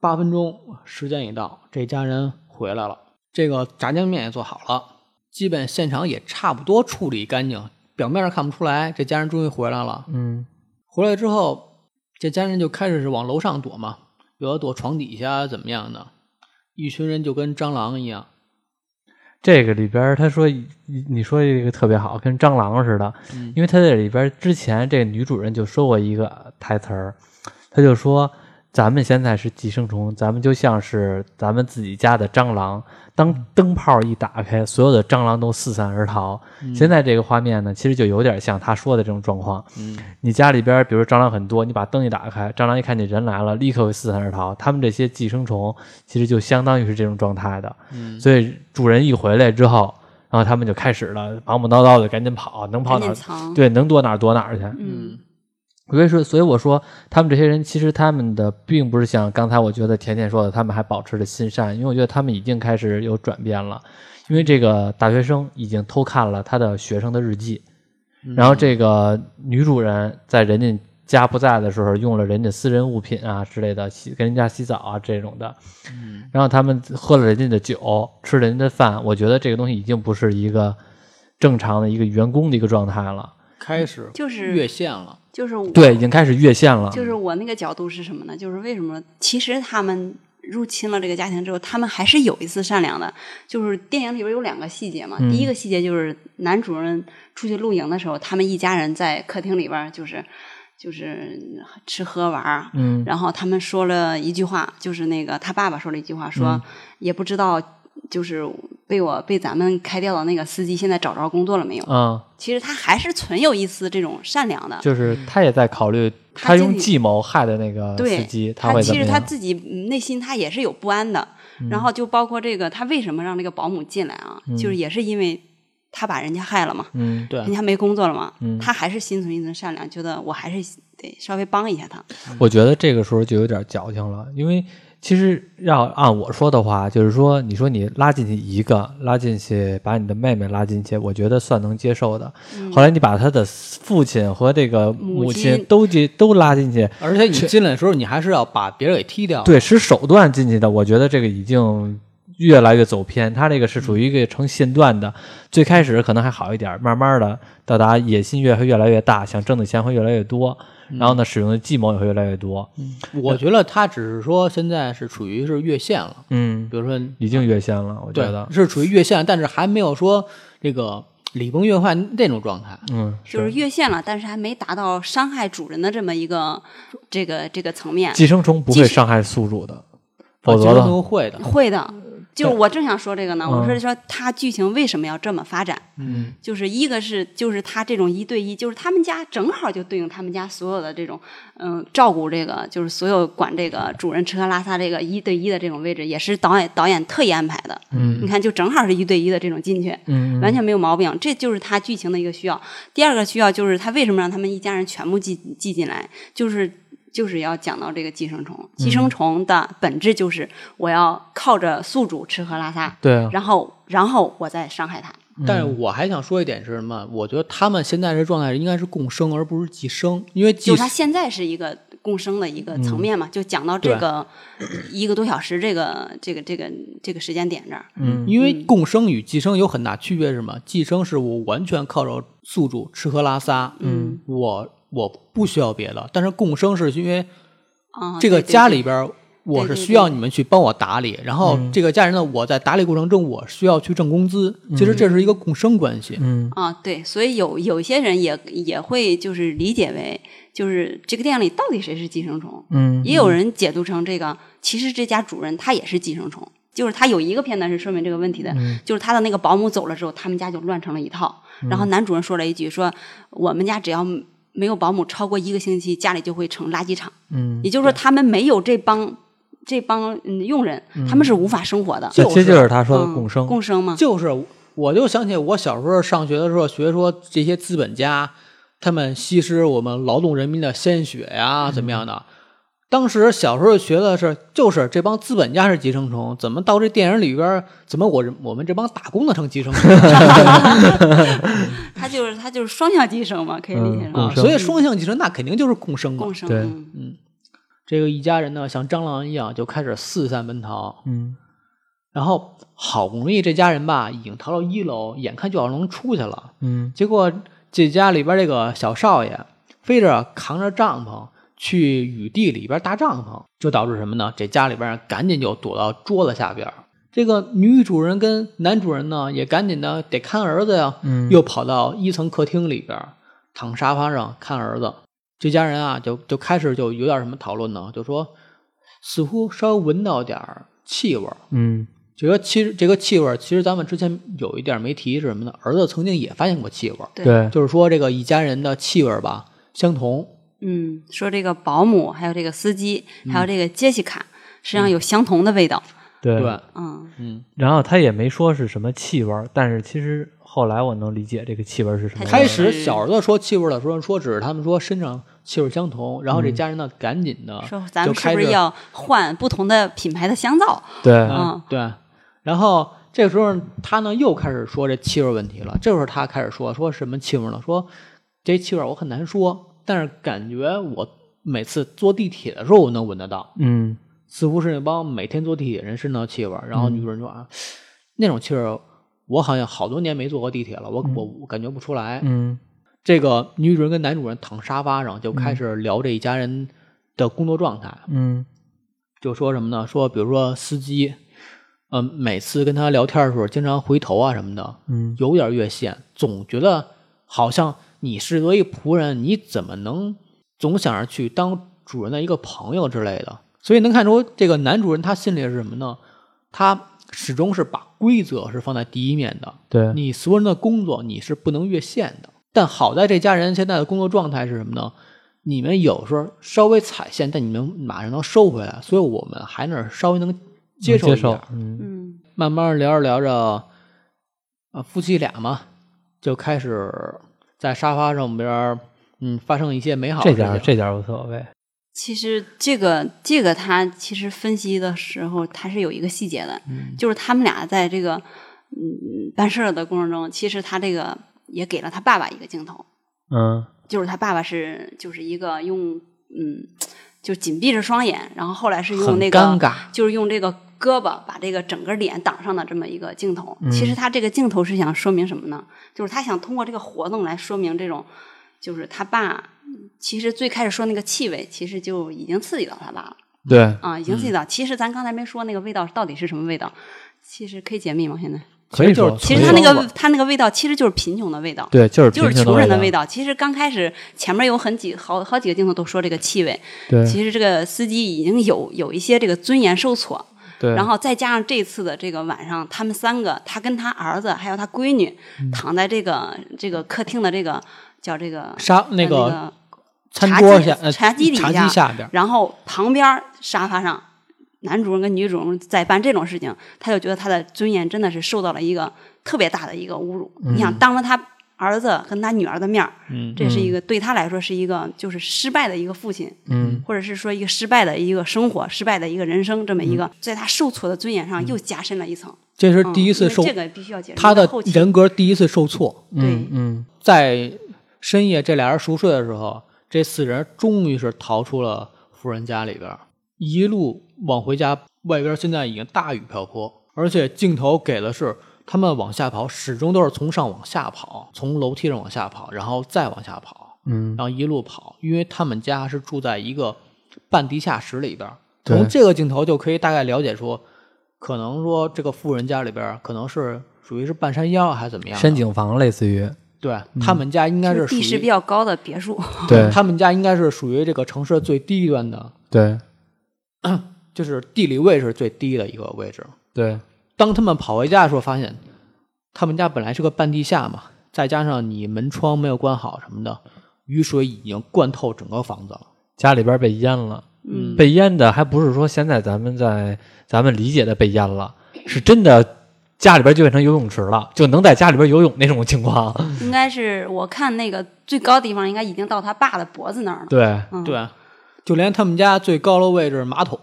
八分钟时间一到，这家人回来了，这个炸酱面也做好了，基本现场也差不多处理干净，表面上看不出来，这家人终于回来了。
嗯
回来之后，这家人就开始是往楼上躲嘛，有的躲床底下怎么样的，一群人就跟蟑螂一样，
这个里边儿他说你你说这个特别好，跟蟑螂似的，
嗯
因为他在里边儿之前这个女主人就说过一个台词儿，她就说咱们现在是寄生虫，咱们就像是咱们自己家的蟑螂，当灯泡一打开，所有的蟑螂都四散而逃。现在这个画面呢，其实就有点像她说的这种状况。
嗯，
你家里边儿，比如蟑螂很多，你把灯一打开，蟑螂一看见人来了，立刻会四散而逃。它们这些寄生虫其实就相当于是这种状态的。
嗯
所以主人一回来之后，然后它们就开始了，忙忙叨叨的赶紧跑，能跑
赶
哪
紧
儿
藏。
对，能躲哪儿躲哪儿去。
嗯，
所以说，所以我说，他们这些人其实他们的并不是像刚才我觉得甜甜说的，他们还保持着心善，因为我觉得他们已经开始有转变了。因为这个大学生已经偷看了他的学生的日记，然后这个女主人在人家家不在的时候，用了人家私人物品啊之类的洗跟人家洗澡啊这种的，然后他们喝了人家的酒，吃了人家的饭，我觉得这个东西已经不是一个正常的一个员工的一个状态了，
开始
就是
越线了，
就是我
对，已经开始越线了，
就是我那个角度是什么呢？就是为什么其实他们入侵了这个家庭之后，他们还是有一丝善良的。就是电影里边有两个细节嘛，
嗯
第一个细节就是男主人出去露营的时候，他们一家人在客厅里边儿就是就是吃喝玩儿。
嗯
然后他们说了一句话，就是那个他爸爸说了一句话，说、
嗯
也不知道就是被我被咱们开掉的那个司机现在找着工作了没有。
啊。
其实他还是存有一丝这种善良的，
就是他也在考虑，
嗯他
他
自
用
己
计谋害的那个
对
司机，
他
会怎
其
么
实他
样？嗯
自己嗯内心他也是有不安的，然后就包括这个他为什么让这个保姆进来啊，就是也是因为他把人家害了嘛，
嗯，
对
人，家没工作了嘛，
嗯
他还是心存一丝善良，觉得我还是得稍微帮一下他。
我觉得这个时候就有点矫情了，因为其实要按我说的话，就是说，你说你拉进去一个，拉进去把你的妹妹拉进去，我觉得算能接受的。后来你把他的父亲和这个母
嗯母
亲
亲
都进都拉进去，
而且你进来的时候，你还是要把别人给踢
啊
掉。，
对，使手段进去的，我觉得这个已经越来越走偏。他这个是属于一个成线段的，最开始可能还好一点，慢慢的到达野心越会越来越大，想挣的钱会越来越多，
嗯
然后呢，使用的计谋也会越来越多。
我觉得他只是说现在是处于是越线了，
嗯，
比如说
已经越线了，我觉
对
得，，
是处于越线，但是还没有说这个礼崩乐坏那种状态。
嗯，
就是越线了，但是还没达到伤害主人的这么一个这个这个层面。
寄生虫不
寄
会
生哦
伤害宿主的，否则的，
啊都会的，
会的，就是我正想说这个呢，
呃嗯
我是说他剧情为什么要这么发展？
嗯，
就是一个是就是他这种一对一，就是他们家正好就对应他们家所有的这种嗯、照顾这个就是所有管这个主人吃喝拉撒这个一对一的这种位置，也是导演导演特意安排的。
嗯
你看就正好是一对一的这种进去，
嗯，
完全没有毛病，这就是他剧情的一个需要。第二个需要就是他为什么让他们一家人全部寄寄进来，就是就是要讲到这个寄生虫。
嗯
寄生虫的本质就是我要靠着宿主吃喝拉撒，
对啊，
然后然后我再伤害他。
嗯
但是我还想说一点是什么？我觉得他们现在这状态应该是共生，而不是寄生，因为寄
就是他现在是一个共生的一个层
嗯
面嘛，就讲到这个一个多小时这个这个这个这个时间点这儿。
嗯
因为共生与寄生有很大区别，是什么？寄生是我完全靠着宿主吃喝拉撒，
嗯，
我我不需要别的。但是共生是因为
啊，
这个
对对
家
对
里边儿，我是
对对
需要你们去帮我打理，然后
嗯
这个家人呢，我在打理过程中，我需要去挣工资。其实这是一个共生关系。
嗯
啊，对，所以有有一些人也也会就是理解为，就是这个电影里到底谁是寄生虫？
嗯，
也有人解读成这个，其实这家主人他也是寄生虫，就是他有一个片段是说明这个问题的，
嗯
就是他的那个保姆走了之后，他们家就乱成了一套。然后男主人说了一句说，我们家只要没有保姆超过一个星期，家里就会成垃圾场。
嗯，
也就是说，他们没有这帮这帮嗯佣人，他们是无法生活的。
这
就
其实
是
就是他说的
嗯
共生，
共生嘛，
就是，我就想起我小时候上学的时候学说，这些资本家他们吸食我们劳动人民的鲜血呀、怎么样的。当时小时候学的是，就是这帮资本家是寄生虫，怎么到这电影里边儿，怎么我我们这帮打工的成寄生虫
他就是他就是双向寄生嘛，可以理解
嗯
成、
共
<laughs> 啊？
生
所以双向寄生那肯定就是共生嘛
共。生。
对
嗯
这个一家人呢，像蟑螂一样就开始四散奔逃，
嗯
然后好不容易这家人吧已经逃到一楼，眼看就要能出去了，
嗯
结果这家里边这个小少爷非着扛着帐篷去雨地里边搭帐篷，就导致什么呢？这家里边赶紧就躲到桌子下边儿。这个女主人跟男主人呢，也赶紧的得看儿子呀，
嗯，
又跑到一层客厅里边儿躺沙发上看儿子。这家人啊，就就开始就有点什么讨论呢，就说似乎稍微闻到点儿气味儿，
嗯
这个气这个气味儿，其实咱们之前有一点没提是什么呢？儿子曾经也发现过气味儿，
对
对，
就是说这个一家人的气味儿吧相同，
嗯，说这个保姆，还有这个司机，还有这个杰西卡，实际上有相同的味道。
对
对，
嗯，
嗯，
然后他也没说是什么气味儿，但是其实后来我能理解这个气味儿是什么味儿。
开始小儿子说气味儿的时候，说只是他们说身上气味儿相同，然后这家人呢赶紧的
说咱
就
们是
开
不是
始
要换不同的品牌的香皂？
对，
啊
嗯
对，然后这个时候他呢又开始说这气味儿问题了，这时候他开始说说什么气味儿呢？说这气味儿我很难说，但是感觉我每次坐地铁的时候我能闻得到。
嗯
似乎是那帮每天坐地铁人身上的气味儿。然后女主人说啊，那种气味儿，我好像好多年没坐过地铁了，我、我我感觉不出来。
嗯
这个女主人跟男主人躺沙发上就开始聊这一家人的工作状态，
嗯
就说什么呢？说比如说司机，嗯、每次跟他聊天的时候，经常回头啊什么的，
嗯
有点越线，总觉得好像你是作为仆人，你怎么能总想着去当主人的一个朋友之类的？所以能看出这个男主人他心里是什么呢？他始终是把规则是放在第一面的。
对，
你所有人的工作你是不能越线的。但好在这家人现在的工作状态是什么呢？你们有时候稍微踩线，但你们马上能收回来，所以我们还能稍微能接受一
接
点
受
儿。，
嗯
嗯，
慢慢聊着聊着，啊，夫妻俩嘛，就开始在沙发上边儿，嗯，发生一些美好的
这
事
点儿
情。
这点儿无所谓。
其实这个这个他其实分析的时候，他是有一个细节的，
嗯
就是他们俩在这个嗯办事儿的过程中，其实他这个也给了他爸爸一个镜头，
嗯
就是他爸爸是就是一个用嗯就紧闭着双眼，然后后来是用
很
那
尴
个
尬，
就是用这个胳膊把这个整个脸挡上的这么一个镜头。
嗯
其实他这个镜头是想说明什么呢？就是他想通过这个活动来说明这种，就是他爸其实最开始说那个气味，其实就已经刺激到他爸了
对，
啊，已经
嗯
刺激到。其实咱刚才没说那个味道到底是什么味道，其实可以解密吗？现在，
可以
就是
说
其
没
实他
有
那
了
个他那个味道其实就是贫穷的味道。
对就是
就是
平时
穷人的味
道，
道。其实刚开始前面有很几好好几个镜头都说这个气味，
对
其实这个司机已经有有一些这个尊严受挫，
对，
然后再加上这次的这个晚上，他们三个，他跟他儿子还有他闺女，
嗯
躺在这个这个客厅的这个叫这个
沙
呃
那个
个，
餐
茶
桌
几
下呃
茶几底
茶
下
几下边儿，
然后旁边沙发上。男主人跟女主人在办这种事情，他就觉得他的尊严真的是受到了一个特别大的一个侮辱。你想，当着他儿子跟他女儿的面儿
嗯，
这是一个对他来说是一个就是失败的一个父亲，
嗯，
或者是说一个失败的一个生活、失败的一个人生，这么
嗯
一个在他受挫的尊严上又加深了一层。
这是
嗯
第一次
因为
受
这个必须要解释
他的
后期
人格第一次受挫，
嗯嗯
在深夜这俩人熟睡的时候，这四人终于是逃出了富人家里边儿，一路往回家。外边现在已经大雨瓢泼，而且镜头给的是他们往下跑，始终都是从上往下跑，从楼梯上往下跑，然后再往下跑。
嗯
然后一路跑，因为他们家是住在一个半地下室里边儿。
对
从这个镜头就可以大概了解说，可能说这个富人家里边儿可能是属于是半山腰还是怎么样的？
深井房类似于，
对、他们家应该
就是是
属于
地势比较高的别墅，
嗯对
他们家应该是属于这个城市最低端的，
对
就是地理位置最低的一个位置。
对，
当他们跑回家的时候，发现他们家本来是个半地下嘛，再加上你门窗没有关好什么的，雨水已经灌透整个房子了。
家里边被淹了，
嗯，
被淹的还不是说现在咱们在咱们理解的被淹了，是真的。家里边就变成游泳池了，就能在家里边游泳那种情况。
应该是我看那个最高地方应该已经到他爸的脖子那儿了。
对，
嗯，
对，就连他们家最高的位置马桶，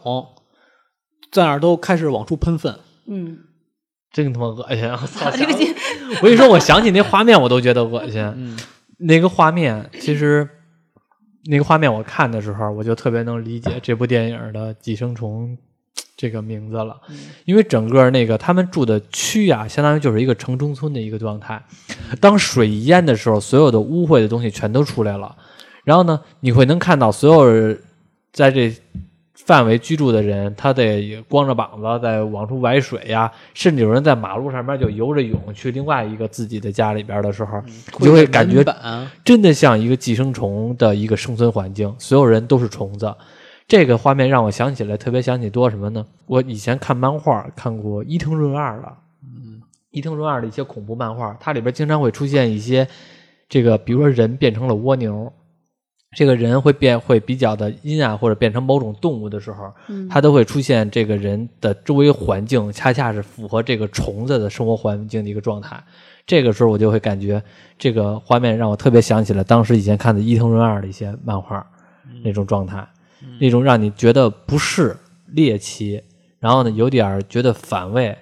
在那儿都开始往出喷粪。 <laughs>
嗯，
真他妈恶心！我操
这个镜
我跟你说，我想起那画面，我都觉得恶心。
嗯，
那个画面，其实那个画面我看的时候，我就特别能理解这部电影的《寄生虫》这个名字了，因为整个那个他们住的区啊，相当于就是一个城中村的一个状态。当水一淹的时候，所有的污秽的东西全都出来了。然后呢，你会能看到所有在这范围居住的人，他得光着膀子在往出崴水呀，甚至有人在马路上面就游着泳去另外一个自己的家里边的时候，你就会感觉嗯
门板
真的像一个寄生虫的一个生存环境，所有人都是虫子。这个画面让我想起来，特别想起多什么呢？我以前看漫画看过伊藤润二的，嗯，伊藤润二的一些恐怖漫画，它里边经常会出现一些这个，比如说人变成了蜗牛，这个人会变会比较的阴暗，或者变成某种动物的时候，它都会出现这个人的周围环境恰恰是符合这个虫子的生活环境的一个状态。这个时候我就会感觉这个画面让我特别想起了当时以前看的伊藤润二的一些漫画，那种状态，那种让你觉得不适、猎奇，然后呢有点儿觉得反胃，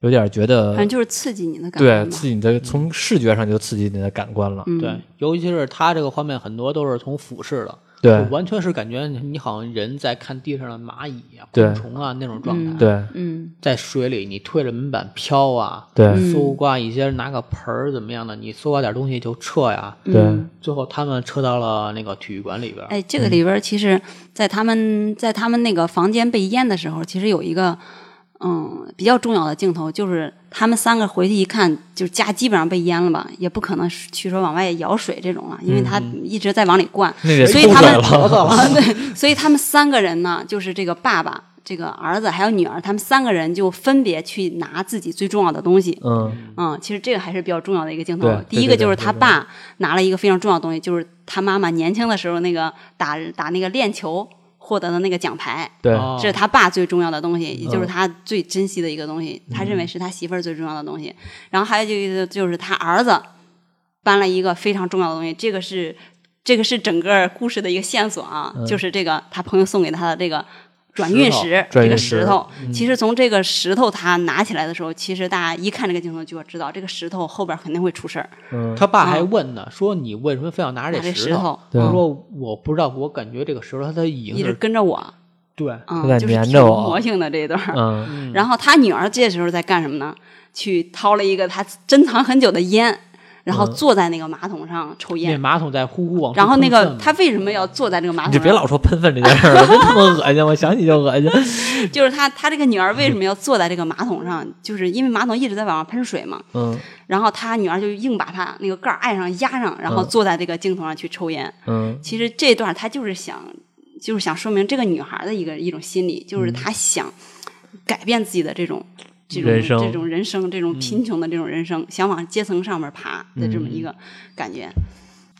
有点儿觉得
呃
反正就是刺激你的感觉
对
嘛。
刺激你的，从视觉上就刺激你的感官了。
嗯，
对，尤其是它这个画面很多都是从俯视的，
对
就完全是感觉你好像人在看地上的蚂蚁啊、
对
昆虫啊那种状态。
嗯
对
嗯，
在水里你推着门板飘啊，
对
搜刮一些拿个盆儿怎么样的，你搜刮点东西就撤呀。
嗯
对
最后他们撤到了那个体育馆里边儿，
哎，这个里边儿其实，在他们在他们那个房间被淹的时候，其实有一个嗯比较重要的镜头，就是他们三个回去一看，就是家基本上被淹了吧，也不可能去说往外舀水这种了，
嗯
因为他一直在往里灌，
那得
所以
冻
他
死
们哦
了
对，所以他们三个人呢，就是这个爸爸。这个儿子还有女儿，他们三个人就分别去拿自己最重要的东西，
嗯，
嗯，其实这个还是比较重要的一个镜头
对。
第
对
一
对
个就是
对
他
对
爸拿了一个非常重要的东西，就是他妈妈年轻的时候那个打打那个练球获得的那个奖牌，
对
哦
这是他爸最重要的东西，也就是
嗯
他最珍惜的一个东西，他认为是他媳妇儿最重要的东西。然后还有一个就是他儿子搬了一个非常重要的东西，这个是。这个是整个故事的一个线索啊，
嗯
就是这个他朋友送给他的这个转运石，
转
这
运
个
石嗯
石头。其实从这个石头他拿起来的时候，其实大家一看这个镜头就知道，这个石头后边肯定会出事儿。
嗯，
他爸还问呢，说你为什么非要拿着
拿这
石
石头
对
他说我不知道，我感觉这个石头它已经
一直
是
跟着我，
对，
他在
嗯，就是
粘
挺
着我
魔性的这一段儿。
嗯
嗯
然后他女儿这时候在干什么呢？去掏了一个他珍藏很久的烟，然后
嗯
坐在那个马桶上抽
那
烟。
马桶在呼呼往出
然后那
喷
个
粪嘛
他为什么要坐在这个马
嗯你
桶
就
上？
别老说喷粪这件事儿了，真他妈恶心！我想起就恶心。
就是他他这个女儿为什么要坐在这个马桶上？就是因为马桶一直在往上喷水嘛。
嗯
然后他女儿就硬把他那个盖儿按上压上，然后
嗯
坐在这个镜头上去抽烟。
嗯
其实这段他就是想，就是想说明这个女孩的一个一种心理，就是她想改变自己的这种这种
人生
这种人生，这种贫穷的这种人生，想往阶层上面爬的这么一个感觉。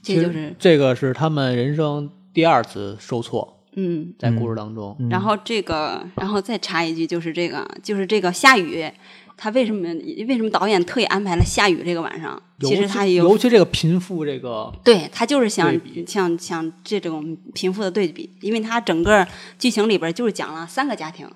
这
其
就
实
是
这个是他们人生第二次受挫，
嗯。
在故事当中，
然后这个，然后再插一句，就是这个，就是这个下雨，他为什么为什么导演特意安排了下雨这个晚上？
尤
其实他有
尤其这个贫富这个
对他就是想
对比
想想这种贫富的对比，因为他整个剧情里边就是讲了三个家庭，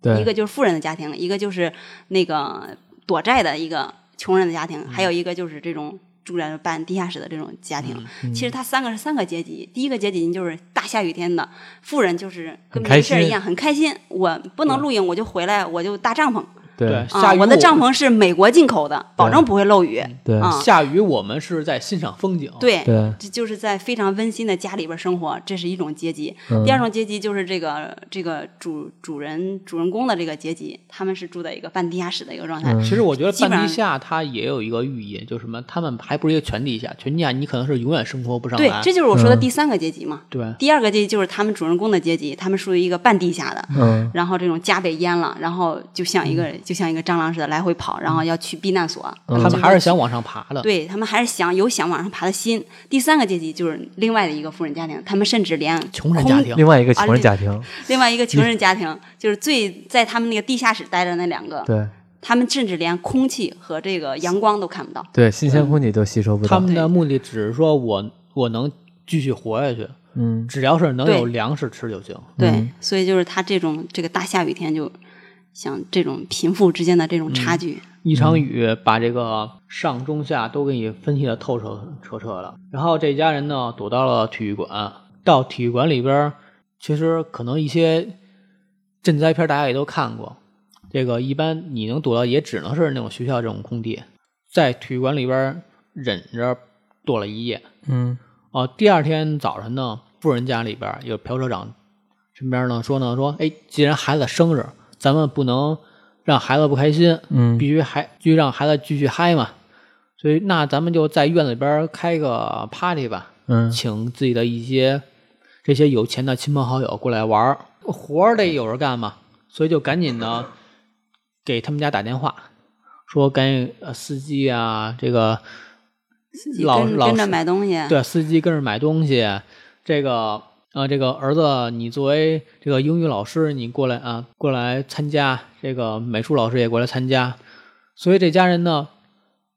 对，
一个就是富人的家庭，一个就是那个躲债的一个穷人的家庭，
嗯
还有一个就是这种住在半地下室的这种家
嗯
庭。其实他三个是三个阶级，第一个阶级就是大下雨天的富人，就是跟
很开
没事
心嗯
儿一样很开心，我不能露营我就回来我就搭帐篷
对
下
啊，
雨
我的
我
帐篷是美国进口的，保证不会漏雨
对
啊。
下雨我们是在欣赏风景，，
对，
嗯对，
这就是在非常温馨的家里边生活，这是一种阶级。
嗯
第二种阶级就是这个这个主主人主人公的这个阶级，他们是住在一个半地下室的一个状态。
嗯
其实我觉得
基本
半
上
地下它也有一个寓意，就是什么，他们还不是一个全地下，全地下你可能是永远生活不上
对
来，，
这就是我说的
嗯
第三个阶级嘛。
对
第二个阶级就是他们主人公的阶级，他们属于一个半地下的，
嗯
然后这种家被淹了，然后就像一个、就像一个蟑螂似的来回跑，然后要去避难所。
嗯
嗯他
就
们还是想往上爬的，
对他们还是想有想往上爬的心。第三个阶级就是另外的一个富人家庭，他们甚至连
穷人家庭，嗯
另外一个穷人家庭，
啊另外一个穷人家庭，就是最在他们那个地下室待着那两个，
对
他们甚至连空气和这个阳光都看不到。
对，新
嗯
鲜空气都吸收不
他
到。
们的目的只是说我我能继续活下去，
嗯，
只要是能有
对
粮食吃就行。
对，
嗯
所以就是他这种这个大下雨天就想这种贫富之间的这种差
嗯
距，
一场雨把这个上中下都给你分析的透彻彻彻了。然后这家人呢躲到了体育馆，到体育馆里边儿，其实可能一些赈灾片大家也都看过，这个一般你能躲到也只能是那种学校这种空地，在体育馆里边儿忍着躲了一夜。
嗯
哦，第二天早晨呢，富人家里边儿有朴社长身边呢说呢说，哎，既然孩子生日，咱们不能让孩子不开心，
嗯
必须还必须让孩子继续嗨嘛。所以那咱们就在院里边儿开个 party 吧，
嗯
请自己的一些这些有钱的亲朋好友过来玩儿，活儿得有人干嘛，所以就赶紧呢给他们家打电话，说赶紧呃司机啊，这个
自己
老
跟
老
跟着
师
买东西，
对，司机跟着买东西，这个呃，这个儿子，你作为这个英语老师，你过来啊，过来参加，这个美术老师也过来参加，所以这家人呢，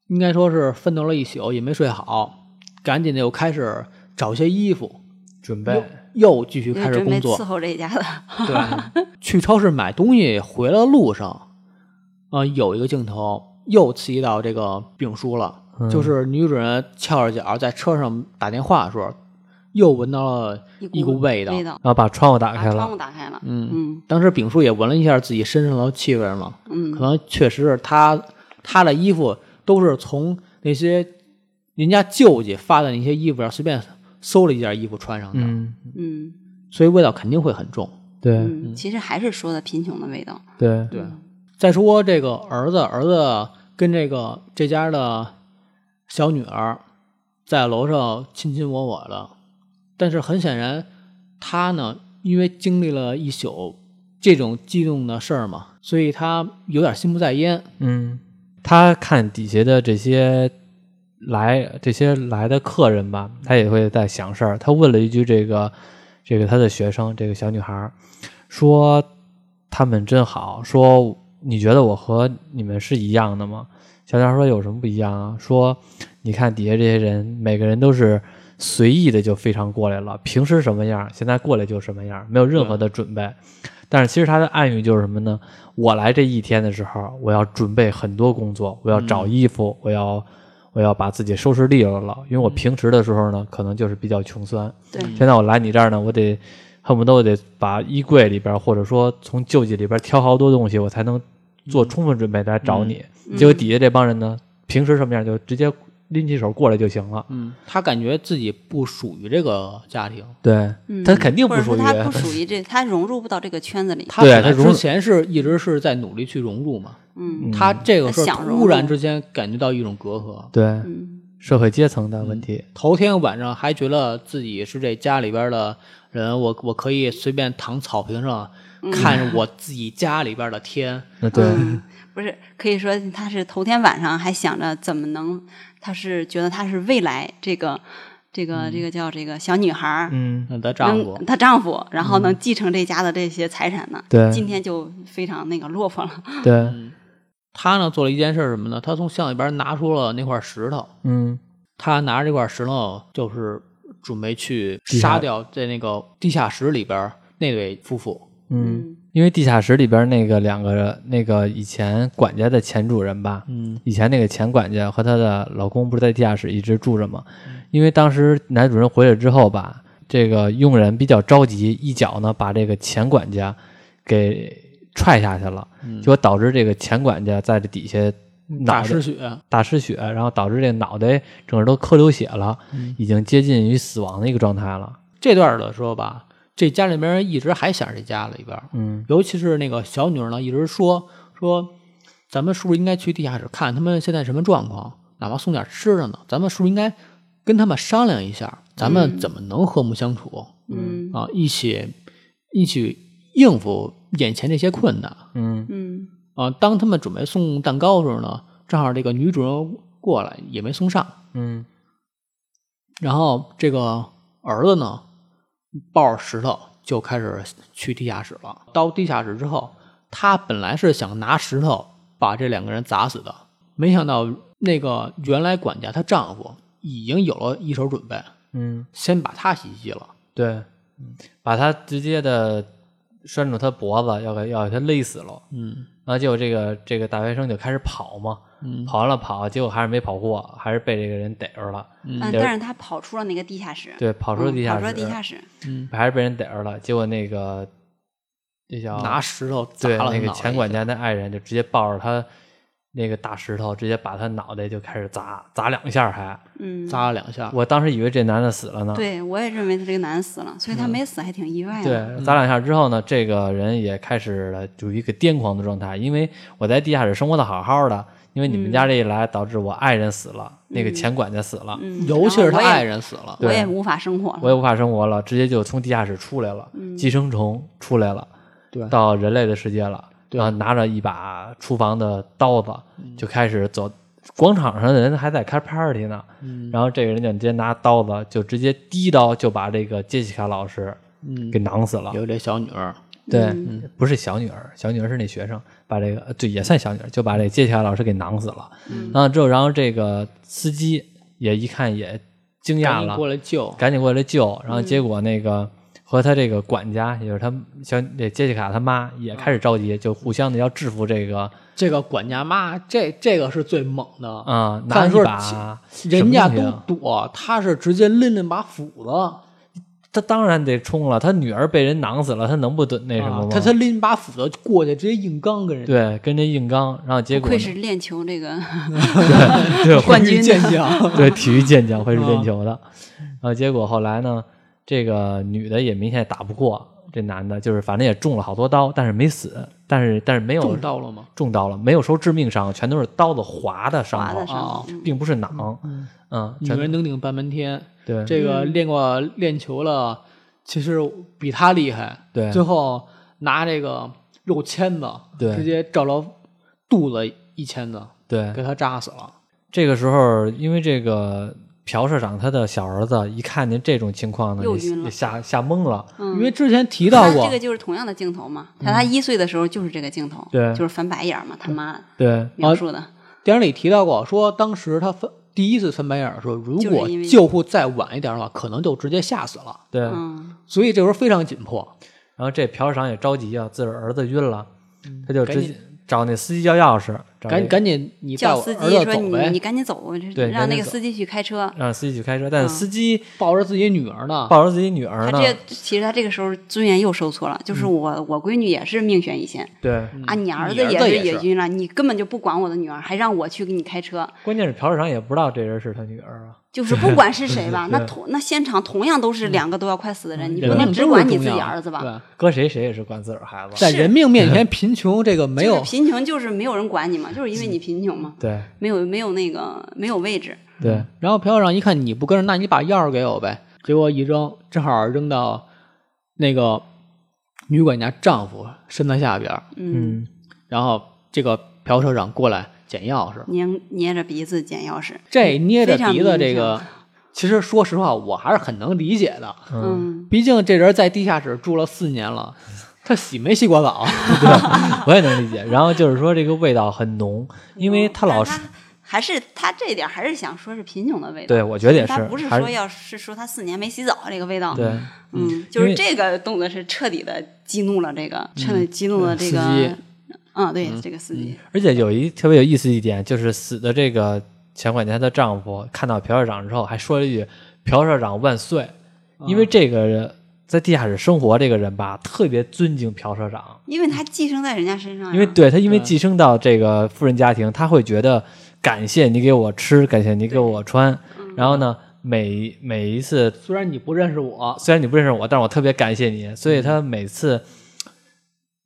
应该说是奋斗了一宿，也没睡好，赶紧的又开始找些衣服，
准备
又继续
因为
开始
准
工
备
作
伺，候这家的，
对， <laughs> 去超市买东西回来路上，呃，有一个镜头又刺激到这个丙叔了，就是女主人翘着脚在车上打电话的时候，又闻到了一股味道。
味道，
然后把窗户打
把
开
窗
了
户，打开了，
嗯，
嗯
当时丙叔也闻了一下自己身上的气味嘛，可
嗯，
能确实是他他的衣服都是从那些人家舅舅发的那些衣服上随便搜了一件衣服穿上的，
嗯，
嗯
所以味道肯定会很重。
对
嗯，其实还是说的贫穷的味道，
嗯
对，
对，再说这个儿子，儿子跟这个这家的小女儿在楼上亲亲我我的，但是很显然，他呢，因为经历了一宿这种激动的事儿嘛，所以他有点心不在焉。
嗯，他看底下的这些来这些来的客人吧，他也会在想事儿。他问了一句这个这个他的学生这个小女孩儿，说他们真好，说你觉得我和你们是一样的吗？小女孩说有什么不一样啊？说你看底下这些人，每个人都是随意的就非常过来了，平时什么样，现在过来就什么样，没有任何的准备。但是其实他的暗语就是什么呢？我来这一天的时候，我要准备很多工作，我要
嗯
找衣服，我要我要把自己收拾利落了，因为我平时的时候呢，可能就是比较穷酸，
对
嗯
现在我来你这儿呢，我得恨不得我得把衣柜里边儿，或者说从旧季里边儿挑好多东西，我才能做充分准备来找你。嗯
嗯
结果底下这帮人呢，平时什么样就直接拎起手过来就行了。
嗯，他感觉自己不属于这个家庭，
对，
嗯
他肯定
或
不
者
属
说
于。
他不属
<laughs>
于这，他融入不到这个圈子里。
他
对
本来
他融入
之前是一直是在努力去融入嘛，
嗯
嗯
他这个事
想
儿
融
突然
入
之间感觉到一种隔阂。
对
<laughs>
嗯，
社会阶层的问题，
头天晚上还觉得自己是这家里边的人，我我可以随便躺草坪上看我自己家里边的天，
那对，
嗯不是，可以说他是头天晚上还想着怎么能，他是觉得他是未来这个这个
嗯
这个叫这个小女孩儿，
嗯，
那她丈
能
夫
她丈夫，然后能继承这家的这些财产呢。
对
今天就非常那个落魄了。
对，嗯
他呢做了一件事儿什么呢？他从箱里边拿出了那块石头，
嗯，
他拿着这块石头就是准备去
地下
杀掉在那个地下室里边那对夫妇。
嗯，因为地下室里边那个两个那个以前管家的前主人吧，
嗯，
以前那个前管家和她的老公不是在地下室一直住着吗？
嗯
因为当时男主人回来之后吧，这个佣人比较着急，一脚呢把这个前管家给踹下去了，结果导致这个前管家在这底下脑
嗯大
袋
失血，
大失血，然后导致这个脑袋整个都磕流血了，
嗯
已经接近于死亡的一个状态了。
这段儿的时候吧，这家里边人一直还想着这家里边儿，
嗯
尤其是那个小女儿呢，一直说说，咱们是不是应该去地下室看他们现在什么状况，哪怕送点吃的呢？咱们是不是应该跟他们商量一下，咱们怎么能和睦相处、
嗯
啊？一起一起应付眼前这些困难
嗯
嗯
啊！当他们准备送蛋糕的时候呢，正好这个女主人过来也没送上，
嗯
然后这个儿子呢，抱着石头就开始去地下室了。到地下室之后，他本来是想拿石头把这两个人砸死的，没想到那个原来管家她丈夫已经有了一手准备，
嗯，
先把他袭击了。
对，
嗯
把他直接的拴住他脖子，要给要给他勒死了。
嗯
然后结果这个这个大学生就开始跑嘛，
嗯
跑完了跑，结果还是没跑过，还是被这个人逮着了。
嗯，
对
但是他跑出了那个地下室，
对，跑出了
嗯
地下
跑出
室，
了地下室。
嗯，
还是被人逮着了。结果那个这叫
嗯拿石头砸
对
了
那
他
个
脑袋
前管家的爱人就直接抱着他那个大石头，直接把他脑袋就开始砸，砸两下还。
嗯，
砸了两下。
我当时以为这男的死了呢。
对我也认为他这个男的死了，所以他没死还挺意外的。
嗯
嗯
对，砸两下之后呢，这个人也开始了处于一个癫狂的状态，因为我在地下室生活的好好的，因为你们家这一来，导致我爱人死了，那个前管家死了，
嗯，
尤其是
然后
他
我也
爱，人死了，
对
我也无法生活了。
我也无法生活了，直接就从地下室出来了，寄生虫出来了，
对
到人类的世界了，
对嗯
然后拿着一把厨房的刀子就开始走。广场上的人还在开 party 呢，
嗯
然后这个人就直接拿刀子，就直接第一刀就把这个杰西卡老师
嗯
给，囊死了。
有这小女儿，
对，
嗯
不是小女儿，小女儿是那学生，把这个呃对也算小女儿，就把这接起来老师给囊死了。
嗯
囊死之后，然后这个司机也一看也惊讶
赶紧
了，
过来救。
赶紧过来救。然后结果那个和他这个管家，也就是他小这杰西卡他妈也开始着急，就互相的要制服这个
这个管家妈，这这个是最猛的啊
啊、拿
咱
一
说
把什
人
么
家
东西
都
啊
躲，他是直接拎了把斧子，
他当然得冲了，他女儿被人囊死了，他能不蹲那什么
啊
吗？
他他拎把斧子过去，直接硬刚跟人家
对跟这硬刚，然后结
不
果
愧是练球这个 <laughs>
对
冠军
健
<laughs>
将。
对，体育健将会是练球的。然后结果后来呢，这个女的也明显打不过这男的，就是反正也中了好多刀，但是没死，但是但是没有
中到了吗？
中刀了，没有受致命伤，全都是刀子划的伤
划
口
的，伤
哦，
嗯
并不是囊。嗯，
女
全
人能顶半边天，
对
这个练过练球了，其实比他厉害。
对
最后拿这个肉签子，
对
直接照着肚子一签子，
对。
给他扎死了。
这个时候，因为这个朴社长他的小儿子一看见这种情况呢，
又
也
晕了
也吓吓懵了。
嗯
因为之前提
他
到过
这个，就是同样的镜头嘛，他他一岁的时候就是这个镜头，
嗯对哦
就是翻白眼儿嘛，他妈
对
描述的，
电影里提到过，说当时他分第一次翻白眼儿的时候，如
就是
果
因为
救护再晚一点的话，可能就直接吓死了。
对，然
嗯，
所以这时候非常紧迫，
后这朴赏也着急啊，自个儿儿子晕了，他就
赶
直
紧
接找那司机要钥匙，找
赶
那
赶紧你带
叫
我儿
司机
子
说
走
你
呗
你，赶紧走，
对赶
让那
紧
个
走
司机去开车。
让司机去开车，但是
嗯
司机
抱着自己女儿呢。
抱着自己女
他
儿呢，
这其实他这个时候尊严又受挫了，就是我我闺女也是命悬一线
对，
啊，你儿
嗯
子
你儿
也
子
是
也
也
是
晕了，你根本就不管我的女儿，还让我去给你
<laughs>
开车，
关键是朴世长也不知道这人是他女儿啊，
就是不管是
<laughs>
谁吧，
对
那同那现场同样都是两个都要快死的人，你
嗯人
不
命
能只
真是
管你
重
自己
要
儿子吧？
对，
搁谁谁也是管自个儿孩子，
在人命面前，贫穷这个没
就是
有嗯
贫穷就是没有人管你嘛，就是因为你贫穷嘛，
对
没有没有那个没有位置，
对，
然后朴校长一看你不跟着，那你把钥匙给我呗。结果一扔，正好扔到那个女管家丈夫身子下边儿。
嗯，
嗯，
然后这个朴社长过来捡钥匙，
捏捏嗯着鼻子捡钥匙，
这捏着
非常
鼻子这
明
个
显，啊
其实说实话，我还是很能理解的。
嗯，
毕竟这人在地下室住了四年了，他洗没洗过澡？啊
嗯
我也能理解。然后就是说这个味道很浓，因为他老
嗯但
是
他还是他这点还是想说是贫穷的味道，
对我觉得也
他不
是，
是
还
说
是
要是说他四年没洗澡这个味道，
对，
嗯，就
因为嗯
是这个动作是彻底的激怒了这个，彻底激怒了这
司机
个，嗯，对，这个司机，
而且有一特别有意思一点，就是死的这个钱管家的丈夫看到朴社长之后，还说了一句“朴社长万岁”，因
嗯
为这个人在地下室生活这个人吧，特别尊敬朴社长。
因为他寄生在人家身上呀，
因为对他，因为
对
寄生到这个富人家庭，他会觉得感谢你给我吃，感谢你给我穿。然后呢，每每一次，
虽然你不认识我，
虽然你不认识我，但是我特别感谢你。所以他每次，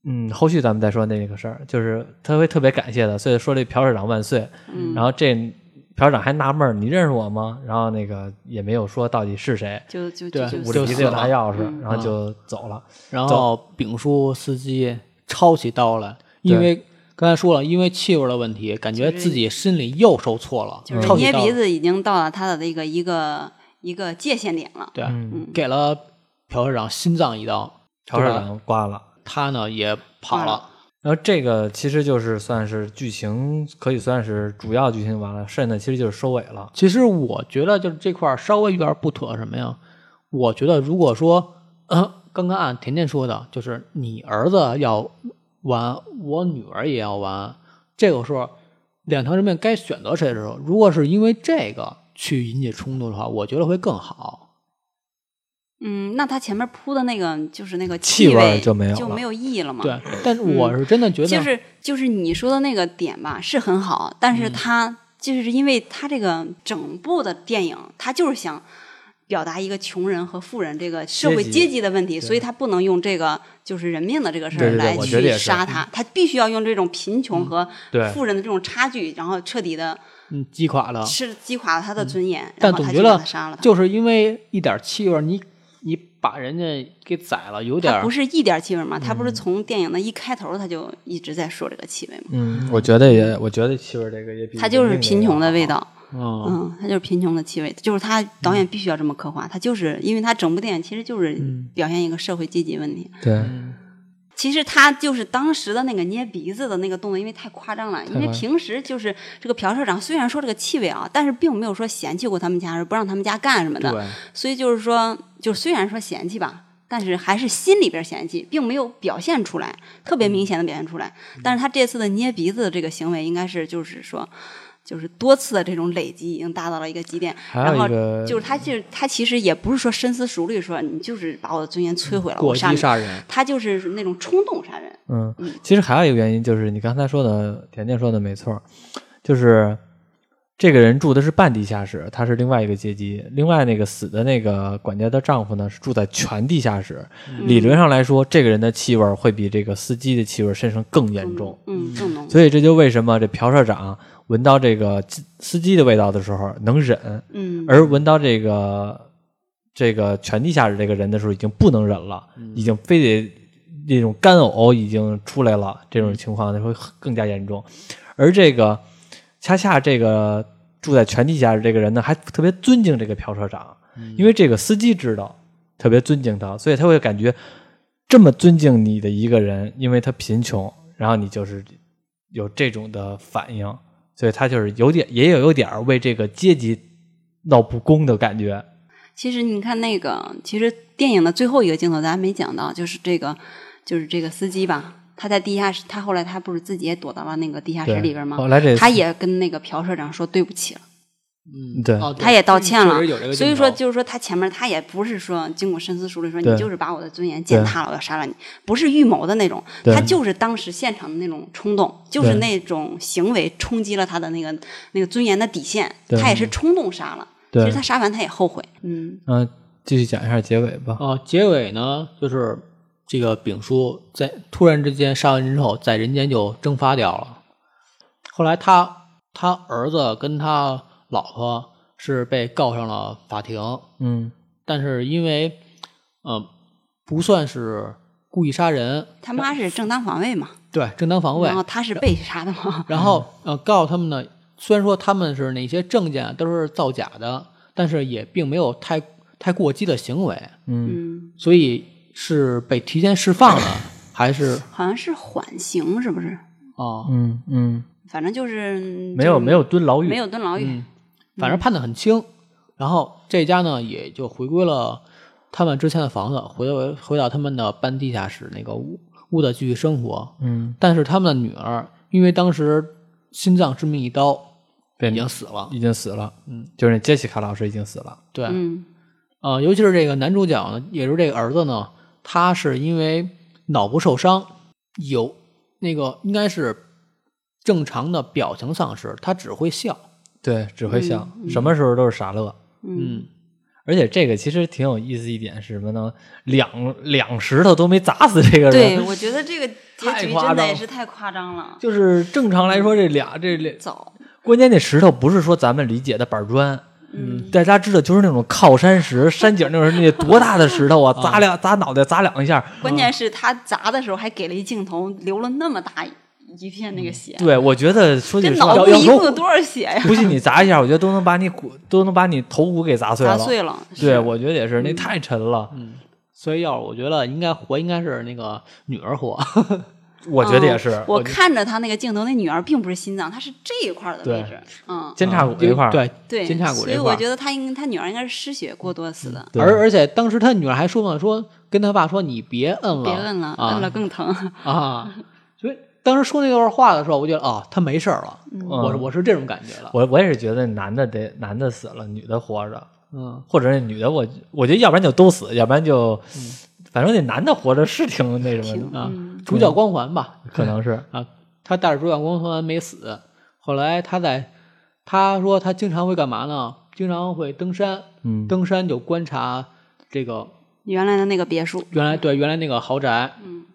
嗯，后续咱们再说那个事儿，就是他会特别感谢的。所以说这朴市长万岁。
嗯
然后这朴市长还纳闷儿，你认识我吗？然后那个也没有说到底是谁，
就就
对
就
捂
就
着
就
鼻子
死
就
了
拿钥匙，
嗯
然后就走了。
然后丙叔司机抄起刀来，
对
因为刚才说了，因为气味的问题，感觉自己心里又受挫了，
就是
抄起
捏
刀
鼻子已经到了他的那个一个一个界限点了，
对，
嗯
给了朴社长心脏一刀，
朴市
对吧
长挂了。
他呢也跑
挂
了
了，
然后这个其实就是算是剧情，可以算是主要剧情完了，剩下的其实就是收尾了。
其实我觉得就是这块儿稍微有点不妥，什么呀？我觉得如果说，呃刚刚按甜甜说的，就是你儿子要玩，我女儿也要玩，这个时候两条人命该选择谁的时候，如果是因为这个去引起冲突的话，我觉得会更好。
嗯，那他前面铺的那个就是那个
气味儿
味
就没有了
就没有意义了嘛，
对，但是我是真的觉得，
就是就是你说的那个点吧，是很好，但
嗯
是他、就是因为他这个整部的电影，他就是想表达一个穷人和富人这个社会
阶级
阶级的问题，所以他不能用这个就是人命的这个事
对
儿
对对
来
我觉得也
去
是嗯
杀他，他必须要用这种贫穷和
对
富人的这种差距，然后彻底的
嗯，击垮了。
是击垮了他的
嗯
尊严，
但
然后
总
他
觉
就把
得
他杀了他。
就是因为一点气味儿，你你把人家给宰了，有点
他
儿
不是一点气味嘛？他不是
嗯
从电影的一开头他就一直在说这个气味嘛？
嗯，我觉得也，我觉得气味这个也比
他就是贫穷的味。道，
嗯
嗯，他就是贫穷的气味，就是他导演必须要这么刻画，他就是因为他整部电影其实就是表现一个社会阶级问题。
对，
嗯其实他就是当时的那个捏鼻子的那个动作，因为太夸张了。因为平时就是这个朴社长虽然说这个气味啊，但是并没有说嫌弃过他们家，而不让他们家干什么的。
对，
所以就是说，就虽然说嫌弃吧，但是还是心里边嫌弃，并没有表现出来，特别明显的表现出来。但是他这次的捏鼻子的这个行为，应该是就是说，就是多次的这种累积已经达到了一个极点。
还有
然
一
后
个
就是他就是他其实也不是说深思熟虑说你就是把我的尊严摧毁了，
过
我杀
激
你，
杀人，
他就是那种冲动杀人。
嗯，其实还有一个原因就是你刚才说的，甜甜说的没错儿，就是这个人住的是半地下室，他是另外一个阶级。另外那个死的那个管家的丈夫呢，是住在全地下室。
嗯
理论上来说，这个人的气味儿会比这个司机的气味儿身上更严重。
嗯，更浓。
所以这就为什么这朴社长闻到这个司司机的味道的时候能忍，
嗯，
而闻到这个这个全地下室这个人的时候已经不能忍了，已经非得那种干呕已经出来了，这种情况会更加严重。而这个恰恰这个住在全地下室这个人呢，还特别尊敬这个朴社长，因为这个司机知道特别尊敬他，所以他会感觉这么尊敬你的一个人，因为他贫穷，然后你就是有这种的反应，所以他就是有点也有有点儿为这个阶级闹不公的感觉。
其实你看那个，其实电影的最后一个镜头咱没讲到，就是这个，就是这个司机吧，他在地下室，他后来他不是自己也躲到了那个地下室
对
里边吗？
后来这
他也跟那个朴社长说对不起了，
嗯
对
哦
他也道歉了
确实有这个镜头
所以说就是说他前面他也不是说经过深思熟虑说
对
你就是把我的尊严践踏了，我要杀了你，不是预谋的那种，
对
他就是当时现场的那种冲动，就是
对
那种行为冲击了他的那个那个尊严的底线，
对
他也是冲动杀了。其
对
实他杀完他也后悔，嗯，
嗯、继续讲一下结尾吧。
啊、结尾呢，就是这个丙叔在突然之间杀完人之后，在人间就蒸发掉了。后来他他儿子跟他老婆是被告上了法庭，
嗯，
但是因为呃不算是故意杀人，
他妈是正当防卫嘛，
对正当防卫
然，后他是被杀的嘛，
然后呃告他们呢，虽然说他们是那些证件都是造假的，但是也并没有太太过激的行为。
嗯，
所以是被提前释放了，还是
好像是缓刑是不是？
啊？
嗯嗯，
反正就是嗯
没有
就是
没有蹲牢狱，
没有蹲牢狱，
反
嗯
正判的很轻。然后这家呢也就回归了他们之前的房子，回到回到他们的半地下室那个屋屋子继续生活。
嗯，
但是他们的女儿因为当时心脏致命一刀
被
已经死了，
已经死了。嗯，就是那杰西卡老师已经死了。
对，
嗯
呃，尤其是这个男主角呢，也就是这个儿子呢，他是因为脑部受伤，有那个应该是正常的表情丧失，他只会笑。
对，只会笑，什么时候都是傻乐。
嗯，
而且这个其实挺有意思一点是什么呢？两两石头都没砸死这个人。
对，我觉得这个
太
结局
夸张
真的也
了
是太夸张了，
就是正常来说，这俩这俩，
早，
关键那石头不是说咱们理解的板砖，嗯，大家知道就是那种靠山石、山顶那种那多大的石头啊，砸两砸脑袋砸两下，
关键是他砸的时候还给了一镜头，流了那么大一片那
嗯
个血，
对我觉得说句
这
实话，
脑
要
部
要
一共
说
有多少血呀？
不信你砸一下，我觉得都能把你骨都能把你头骨给砸碎
砸
了。
碎了，
对，
是
我觉得也是，那太沉了，
所以要是我觉得应该活，应该是那个女儿活。
我觉得也
嗯
是。
我
觉得
看着他那个镜头，那女儿并不是心脏，她 <laughs> 是这一块儿的位
对 <laughs>
置，嗯，
肩胛骨这块儿，
啊对
对，
肩胛骨
所
这
以
块
我
儿。
觉得他应他女儿应该是失血过多死的，
对
而而且当时他女儿还说嘛，说跟他爸说你别
嗯
摁了，
别摁了，
啊
摁了更疼。
啊。所以当时说那段话的时候，我觉得啊，他没事儿了，
嗯
我是我是这种感觉了。
嗯我我也是觉得男的得男的死了，女的活着，
嗯，
或者是女的我我觉得要不然就都死，要不然就，反正那男的活着是挺那什么的，
啊，
嗯
主角光环吧，
可能是
啊，他带着主角光环没死。后来他在他说他经常会干嘛呢？经常会登山，
嗯
登山就观察这个
原来的那个别墅，
原来对原来那个豪宅，
嗯，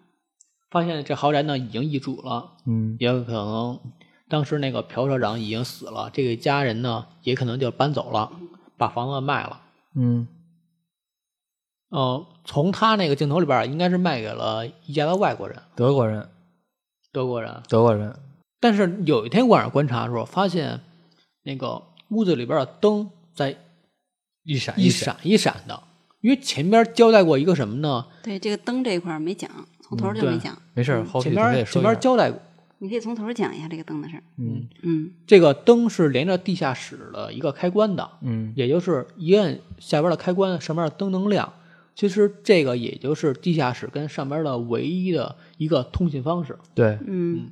发现这豪宅呢已经易主了，
嗯
也有可能当时那个朴社长已经死了，这个家人呢也可能就搬走了，把房子卖了。
嗯
呃，从他那个镜头里边儿，应该是卖给了一家的外国人，
德国人
德国人。
德国人
但是有一天晚上观察的时候，发现那个屋子里边的灯在
一闪
一
闪，
闪一闪的，因为前边交代过一个什么呢？
对这个灯这一块儿没讲，从
嗯
头儿就
对
没讲，
没事儿，后续
前
咱们也
边
说
前
一下
边交代
你可以从头儿讲一下这个灯的事儿。
嗯
嗯，
这个灯是连着地下室的一个开关的，
嗯
也就是一摁下边的开关，上面的灯能亮。其实这个也就是地下室跟上边的唯一的一个通信方式。
对，
嗯，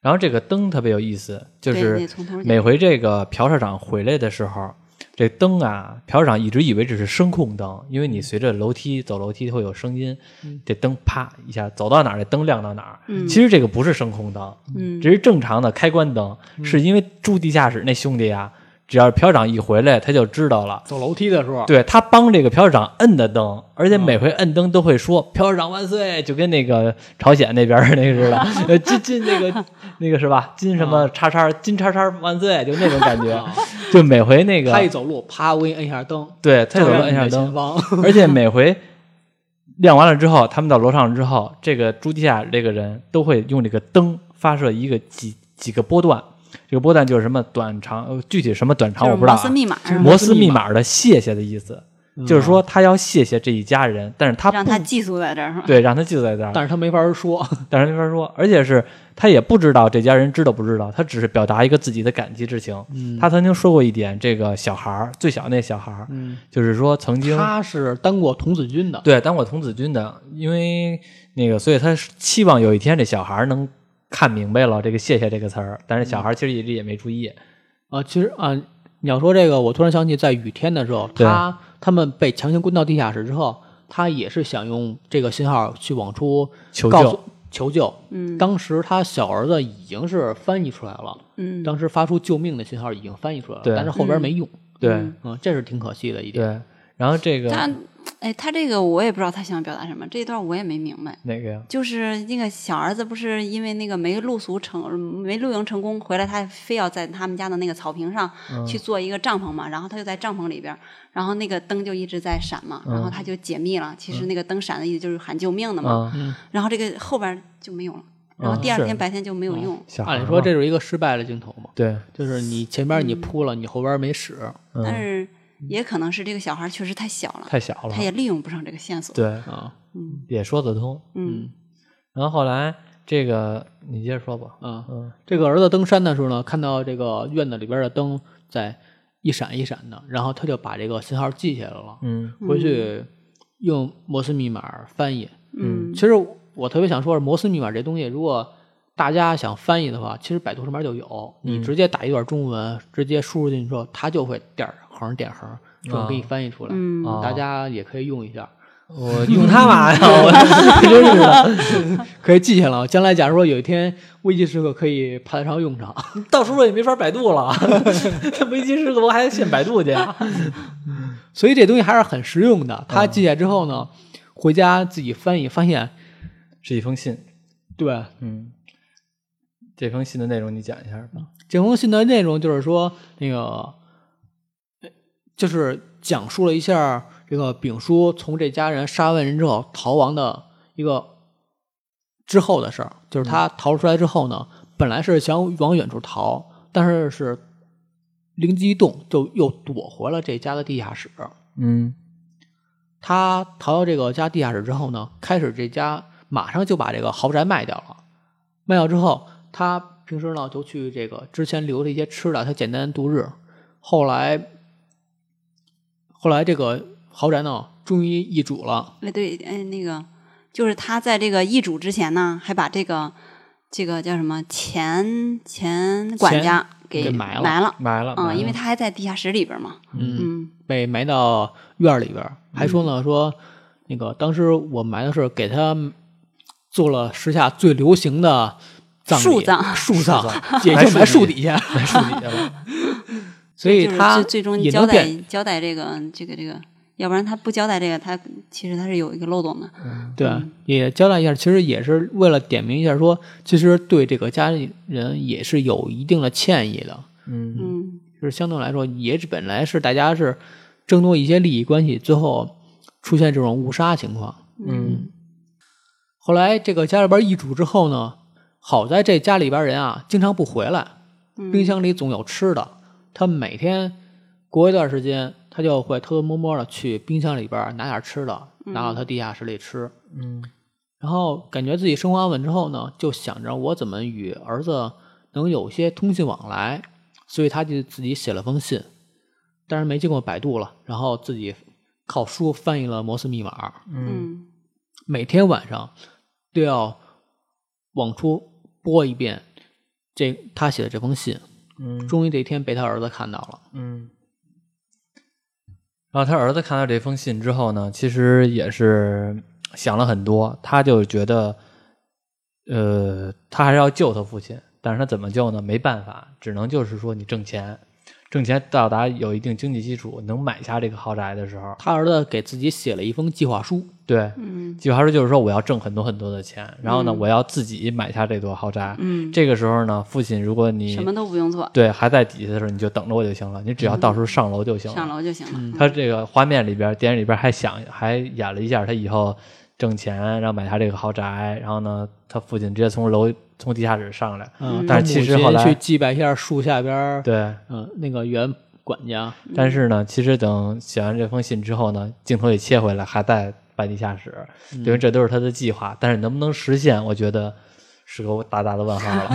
然后这个灯特别有意思，就
对，你得
是
从头儿讲。
每回这个朴社长回来的时候，这灯啊，朴社长一直以为只是声控灯，因为你随着楼梯走楼梯会有声音，这灯啪一下走到哪儿，这灯亮到哪儿。
嗯
其实这个不是声控灯，
嗯
只是正常的开关灯，是因为住地下室那兄弟啊，只要朴社长一回来，他就知道了。
走楼梯的时候，
对他帮这个朴社长摁的灯，而且每回摁灯都会说“朴社长万岁”，就跟那个朝鲜那边儿那个似的，呃，金金那个那个是吧？金什么叉叉金叉叉万岁，就那种感觉。 <laughs> 就每回那个
他一走路，啪，我给你摁一下灯，
对啊他有时候摁一下
照亮
灯，
你的前方
而且每回亮完了之后，他们到楼上之后，这个朱地下这个人都会用这个灯发射一个几几个波段，这个波段就是什么短长，呃具体什么短
就
长
是
我不知道、
摩
啊
斯。密码是吧
摩斯密码的谢谢的意思，就是说他要谢谢这一家人，但是他
让
不
他寄宿在这儿是吧？
对让他记住在这儿，
但是他没法说，
但是没法说，而且是他也不知道这家人知道不知道，他只是表达一个自己的感激之情。
嗯
他曾经说过一点，这个小孩儿最小那小孩儿，
嗯，
就是说曾经
他是当过童子军的，
对当过童子军的，因为那个，所以他是期望有一天这小孩儿能看明白了这个“谢谢”这个词儿，但是小孩儿其实一直也没注意。
啊，其实啊，你要说这个，我突然想起，在雨天的时候，
对
他他们被强行关到地下室之后，他也是想用这个信号去往出
求
告
救
诉求救。
嗯
当时他小儿子已经是翻译出来了，
嗯，
当时发出救命的信号已经翻译出来了，
对
但是后边没用。
对、
嗯
嗯，这是挺可惜的一点。
对，然后这个
他哎，他这个我也不知道他想表达什么，这一段我也没明白。
哪个呀？
就是那个小儿子不是因为那个没露宿成没露营成功回来，他非要在他们家的那个草坪上
嗯
去做一个帐篷嘛，然后他就在帐篷里边儿，然后那个灯就一直在闪嘛，然
嗯
后他就解密了，其实那个灯闪的意思就是喊救命的嘛，
啊、
然后这个后边就没有了，然后第二
嗯是
天白天就没有用，
小孩儿
按
嘛
理说这是一个失败的镜头嘛，
对，
就是你前边
嗯
你铺了，你后边没使。
但
嗯，
是也可能是这个小孩儿确实太小了，
太小了
他，也利用不上这个线索，
对，
啊，
嗯
也说得通。
嗯
然后后来这个你接着说吧，
啊，
嗯
这个儿子登山的时候呢，看到这个院子里边的灯在一闪一闪的，然后他就把这个信号记下来了，
嗯
回去用摩斯密码翻译。
嗯
其实我特别想说，是摩斯密码这东西，如果大家想翻译的话，其实百度上面就有，你直接打一段中文，直接输入进去之后，它就会点儿横点横，就能给你翻译出来。
嗯
哦
大家也可以用一下。
<laughs> 我用它嘛呀，我 <laughs>
真是的，可以记下来。将来假如说有一天危机时刻可以派得上用场， <laughs>
到时候也没法百度 <laughs> 了，危机时刻我还得现百度去。啊
所以这东西还是很实用的。他记下之后呢，回家自己翻译，发现
<laughs> 是一封信，
对
嗯，这封信的内容你讲一下吧。
这封信的内容就是说那个，呃就是讲述了一下这个丙叔从这家人杀完人之后逃亡的一个之后的事儿。就是他逃出来之后呢，本来是想往远处逃，但是是灵机一动，就又躲回了这家的地下室。
嗯
他逃到这个家地下室之后呢，开始这家马上就把这个豪宅卖掉了。卖掉之后，他平时呢就去这个之前留的一些吃的，他简单度日。后来，后来这个豪宅呢终于易主了。
哎，对，哎，那个就是他在这个易主之前呢，还把这个这个叫什么前前管
前
家给
给埋了
了，
埋了，埋了
嗯，因为他还在地下室里边嘛，
嗯，
嗯
被埋到院儿里边儿，还说呢说那个当时我埋的是给他做了时下最流行的葬礼
树葬
树葬
树，
也
埋
就埋
树
树
底
底下。
埋树底下 <laughs> 了。
所以
就是
他
最最终
也
交
能
代
变
交代这个这个这个，要不然他不交代这个，他其实他是有一个漏洞的，
对，也交代一下，其实也是为了点明一下说，其实对这个家里人也是有一定的歉意的，
嗯
嗯
就是相对来说，也是本来是大家是争夺一些利益关系，最后出现这种误杀情况。
嗯
后来这个家里边易主之后呢，好在这家里边人啊经常不回来，
嗯
冰箱里总有吃的，他每天隔一段时间，他就会偷偷摸摸的去冰箱里边拿点吃的，拿到他地下室里吃。
嗯
然后感觉自己生活安稳之后呢，就想着我怎么与儿子能有些通信往来，所以他就自己写了封信，但是没经过百度了，然后自己靠书翻译了摩斯密码，
嗯
嗯
每天晚上都要往出播一遍这他写的这封信，
嗯
终于这一天被他儿子看到了，
嗯。然后他儿子看到这封信之后呢，其实也是想了很多，他就觉得，呃，他还是要救他父亲，但是他怎么救呢？没办法，只能就是说你挣钱，挣钱到达有一定经济基础，能买下这个豪宅的时候，
他儿子给自己写了一封计划书，
对，
嗯
计划书就是说我要挣很多很多的钱，然后呢，
嗯
我要自己买下这座豪宅。
嗯，
这个时候呢，父亲如果你
什么都不用做，
对还在底下的时候，你就等着我就行了，你只要到时候上楼就行了。
上楼就行
嗯
了，嗯
他这个画面里边，电影里边还想还演了一下他以后挣钱，然后买下这个豪宅，然后呢，他父亲直接从楼从地下室上来，
嗯，
但是其实
他母亲
后来
去祭拜一下树下边儿
对，
嗯，那个原管家。
但是呢，其实等写完这封信之后呢，镜头也切回来，还在半地下室，
嗯
因为这都是他的计划。但是能不能实现，我觉得是个大大的问号
<laughs>
了，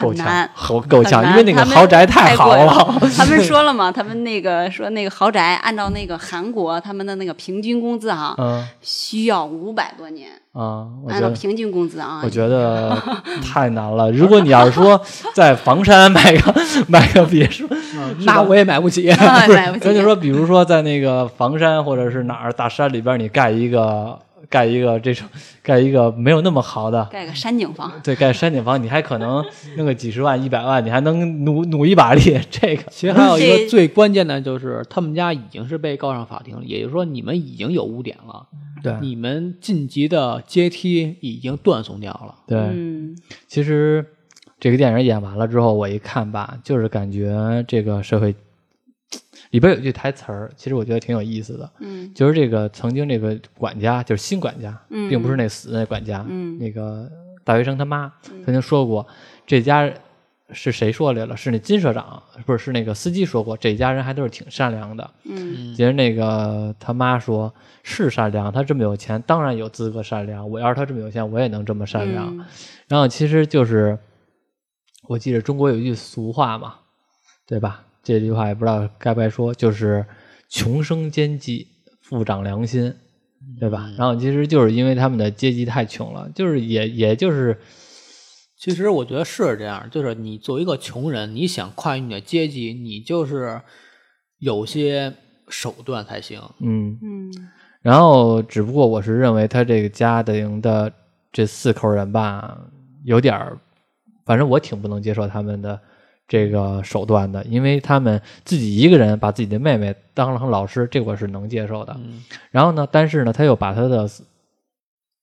够
很
呛
难，。
够够
很
呛，
难
因为那个
他们
豪宅
太
好
贵
了。
<laughs> 他们说了嘛，他们那个说那个豪宅，按照那个韩国他们的那个平均工资啊，
<laughs> 嗯
需要五百多年，
啊，我觉
按照
得。
平均工资啊
我，觉 <laughs> 得
<laughs>
太难了。如果你要是说在房山买个买个别墅，
嗯那我也买不
<laughs>
起。
<laughs> 哎买不
那就
起。
说，比如说在那个房山或者是哪儿大山里边，你盖一个盖一个这种盖一个没有那么豪的，
盖个山景房，
对，盖山顶房，你还可能弄个几十万、一百万，你还能努努一把力。这个
其实还有一
这
个最关键的就是，他们家已经是被告上法庭了，也就是说你们已经有污点了，
对
嗯
你们晋级的阶梯已经断送掉了。
对，
嗯，
其实这个电影演完了之后，我一看吧，就是感觉这个社会里边有一句台词儿，其实我觉得挺有意思的。
嗯，
就是这个曾经这个管家，就是新管家，
嗯
并不是那死的那管家，
嗯
那个大学生他妈曾经说过，这家是谁说来了？是那金社长，不是是那个司机说过，这家人还都是挺善良的。
嗯
其实那个他妈说是善良，他这么有钱，当然有资格善良。我要是他这么有钱，我也能这么善良。
嗯
然后其实就是，我记得中国有一句俗话嘛，对吧？这句话也不知道该不该说，就是“穷生奸计，富长良心”，
嗯
对吧？然后其实就是因为他们的阶级太穷了，就是也也就是
其实我觉得是这样，就是你作为一个穷人，你想跨越你的阶级，你就是有些手段才行。
嗯，
嗯
然后只不过我是认为他这个家庭的这四口人吧，有点儿，反正我挺不能接受他们的这个手段的，因为他们自己一个人把自己的妹妹当成老师，这我是能接受的。
嗯
然后呢，但是呢，他又把他的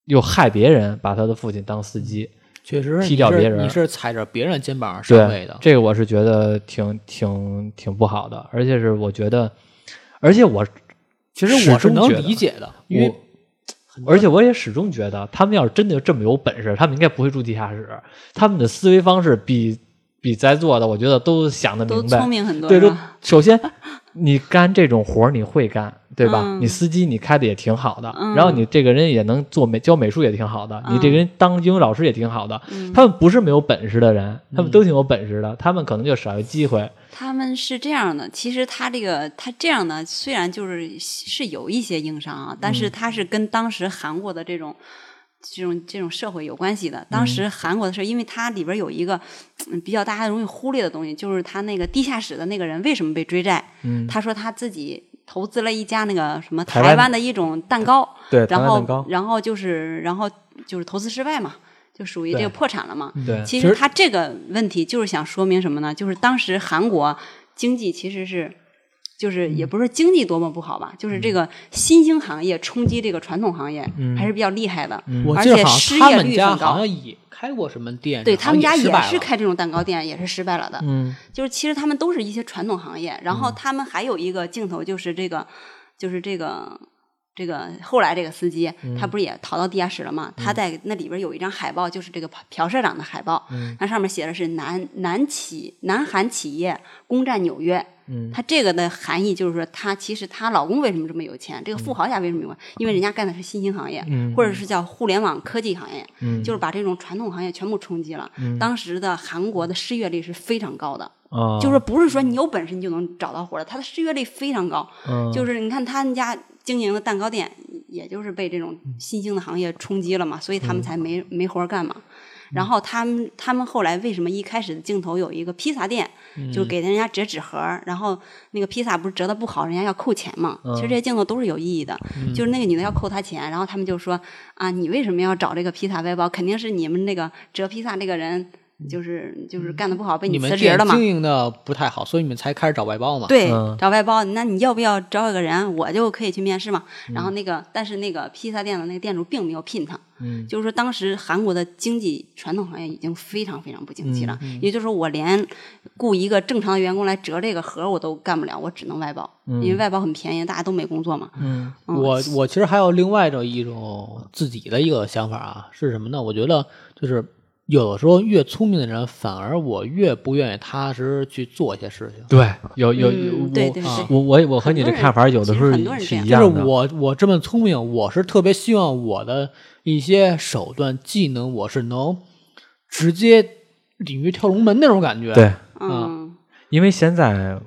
又害别人，把他的父亲当司机，
确实，
踢掉别人
你是踩着别人肩膀上位
对
的，。
这个我是觉得挺挺挺不好的，而且是我觉得，而且我
其实我
始
是
终
能
觉得
理解的，因为
我。而且我也始终觉得，他们要是真的这么有本事，他们应该不会住地下室。他们的思维方式比比在座的，我觉得都想得
都
明
聪
白。
明很多，
对，
是
就
吧？
首先你干这种活儿你会干，对吧？
嗯
你司机你开的也挺好的，
嗯
然后你这个人也能做美教美术也挺好的，
嗯
你这个人当英语老师也挺好的。
嗯
他们不是没有本事的人，他们都挺有本事的，他们可能就少一机会。
他们是这样的，其实他这个他这样呢，虽然就是是有一些硬伤啊，但
嗯
是他是跟当时韩国的这种。这种这种社会有关系的。当
嗯
时韩国的事儿，因为它里边有一个嗯比较大家容易忽略的东西，就是他那个地下室的那个人为什么被追债？
嗯
他说他自己投资了一家那个什么
台
台
湾
湾的一种蛋糕，
对，
然
糖蛋
后
糕，
然后就是然后就是投资失败嘛，就属于这
对
个破产了嘛。
对，
其
其实
实
他这个问题就是想说明什么呢？就是当时韩国经济其实是，就是也不是经济多么不好吧，就是这个新兴行业冲击这个传统行业
嗯
还是比较厉害的。
我
而
记得
且
好像
失
他
业
们
率
家
很高
好像也开过什么店，
对他们家
好像
也
失败
是
了
开这种蛋糕店，也是失败了的。
嗯
就是其实他们都是一些传统行业，然后他们还有一个镜头就是这个，就是这个。这个后来这个司机，
嗯
他不是也逃到地下室了吗？他在那里边有一张海报，就是这个朴社长的海报，
嗯
那上面写的是南南企南韩企业攻占纽约。
嗯
他这个的含义就是说，她其实她老公为什么这么有钱？这个富豪家为什么有钱？因为人家干的是新兴行业，
嗯
或者是叫互联网科技行业，
嗯
就是把这种传统行业全部冲击了。
嗯
当时的韩国的失业率是非常高的，
嗯
啊，
就是不是说你有本事你就能找到活儿的，他的失业率非常高。
嗯
就是你看他们家经营的蛋糕店，也就是被这
嗯
种新兴的行业冲击了嘛，所以他们才没、没活儿干嘛。
嗯
然后他们他们后来为什么一开始的镜头有一个披萨店，就
嗯
给人家折纸盒儿，然后那个披萨不是折的不好，人家要扣钱嘛。
嗯
其实这些镜头都是有意义的，就是那个女的要扣他钱，然后他们就说啊，你为什么要找这个披萨外包？肯定是你们那个折披萨那个人。就是就是干的不好，被
嗯你们
辞职了嘛。
经营的不太好，所以你们才开始找外包嘛。
对
嗯，
找外包，那你要不要招一个人，我就可以去面试嘛？然后那个，但是那个披萨店的那个店主并没有聘他，
嗯
就是说当时韩国的经济传统行业已经非常非常不景气了，也就是说我连雇一个正常的员工来折这个盒我都干不了，我只能外包，因为外包很便宜，大家都没工作嘛。
嗯
嗯
我我其实还有另外的一种自己的一个想法啊，是什么呢？我觉得就是有的时候越聪明的人，反而我越不愿意踏实去做一些事情。
对，有有
嗯
我啊
对对对
我我我和你的
很多人
看法有的时候
其实很多人
是
这样
一
就是
样的。
我我这么聪明，我是特别希望我的一些手段、技能，我是能直接鲤鱼跳龙门那种感觉。
对，
嗯，
因为现在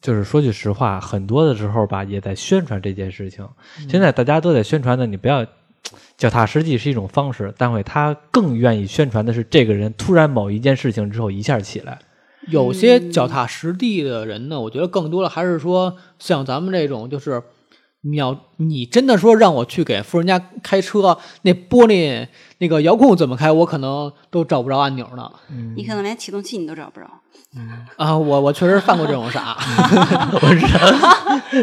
就是说句实话，很多的时候吧，也在宣传这件事情。现在大家都在宣传的，你不要脚踏实地是一种方式，但会他更愿意宣传的是这个人突然某一件事情之后一下起
<laughs>
来。
有些脚
嗯
踏实地的人呢，我觉得更多的还是说像咱们这种，就是你要你真的说让我去给富人家开车，那玻璃那个遥控怎么开，我可能都找不着按钮呢。
你可能连启动器你都找不着。
啊，我我确实犯过这
<laughs>
种傻。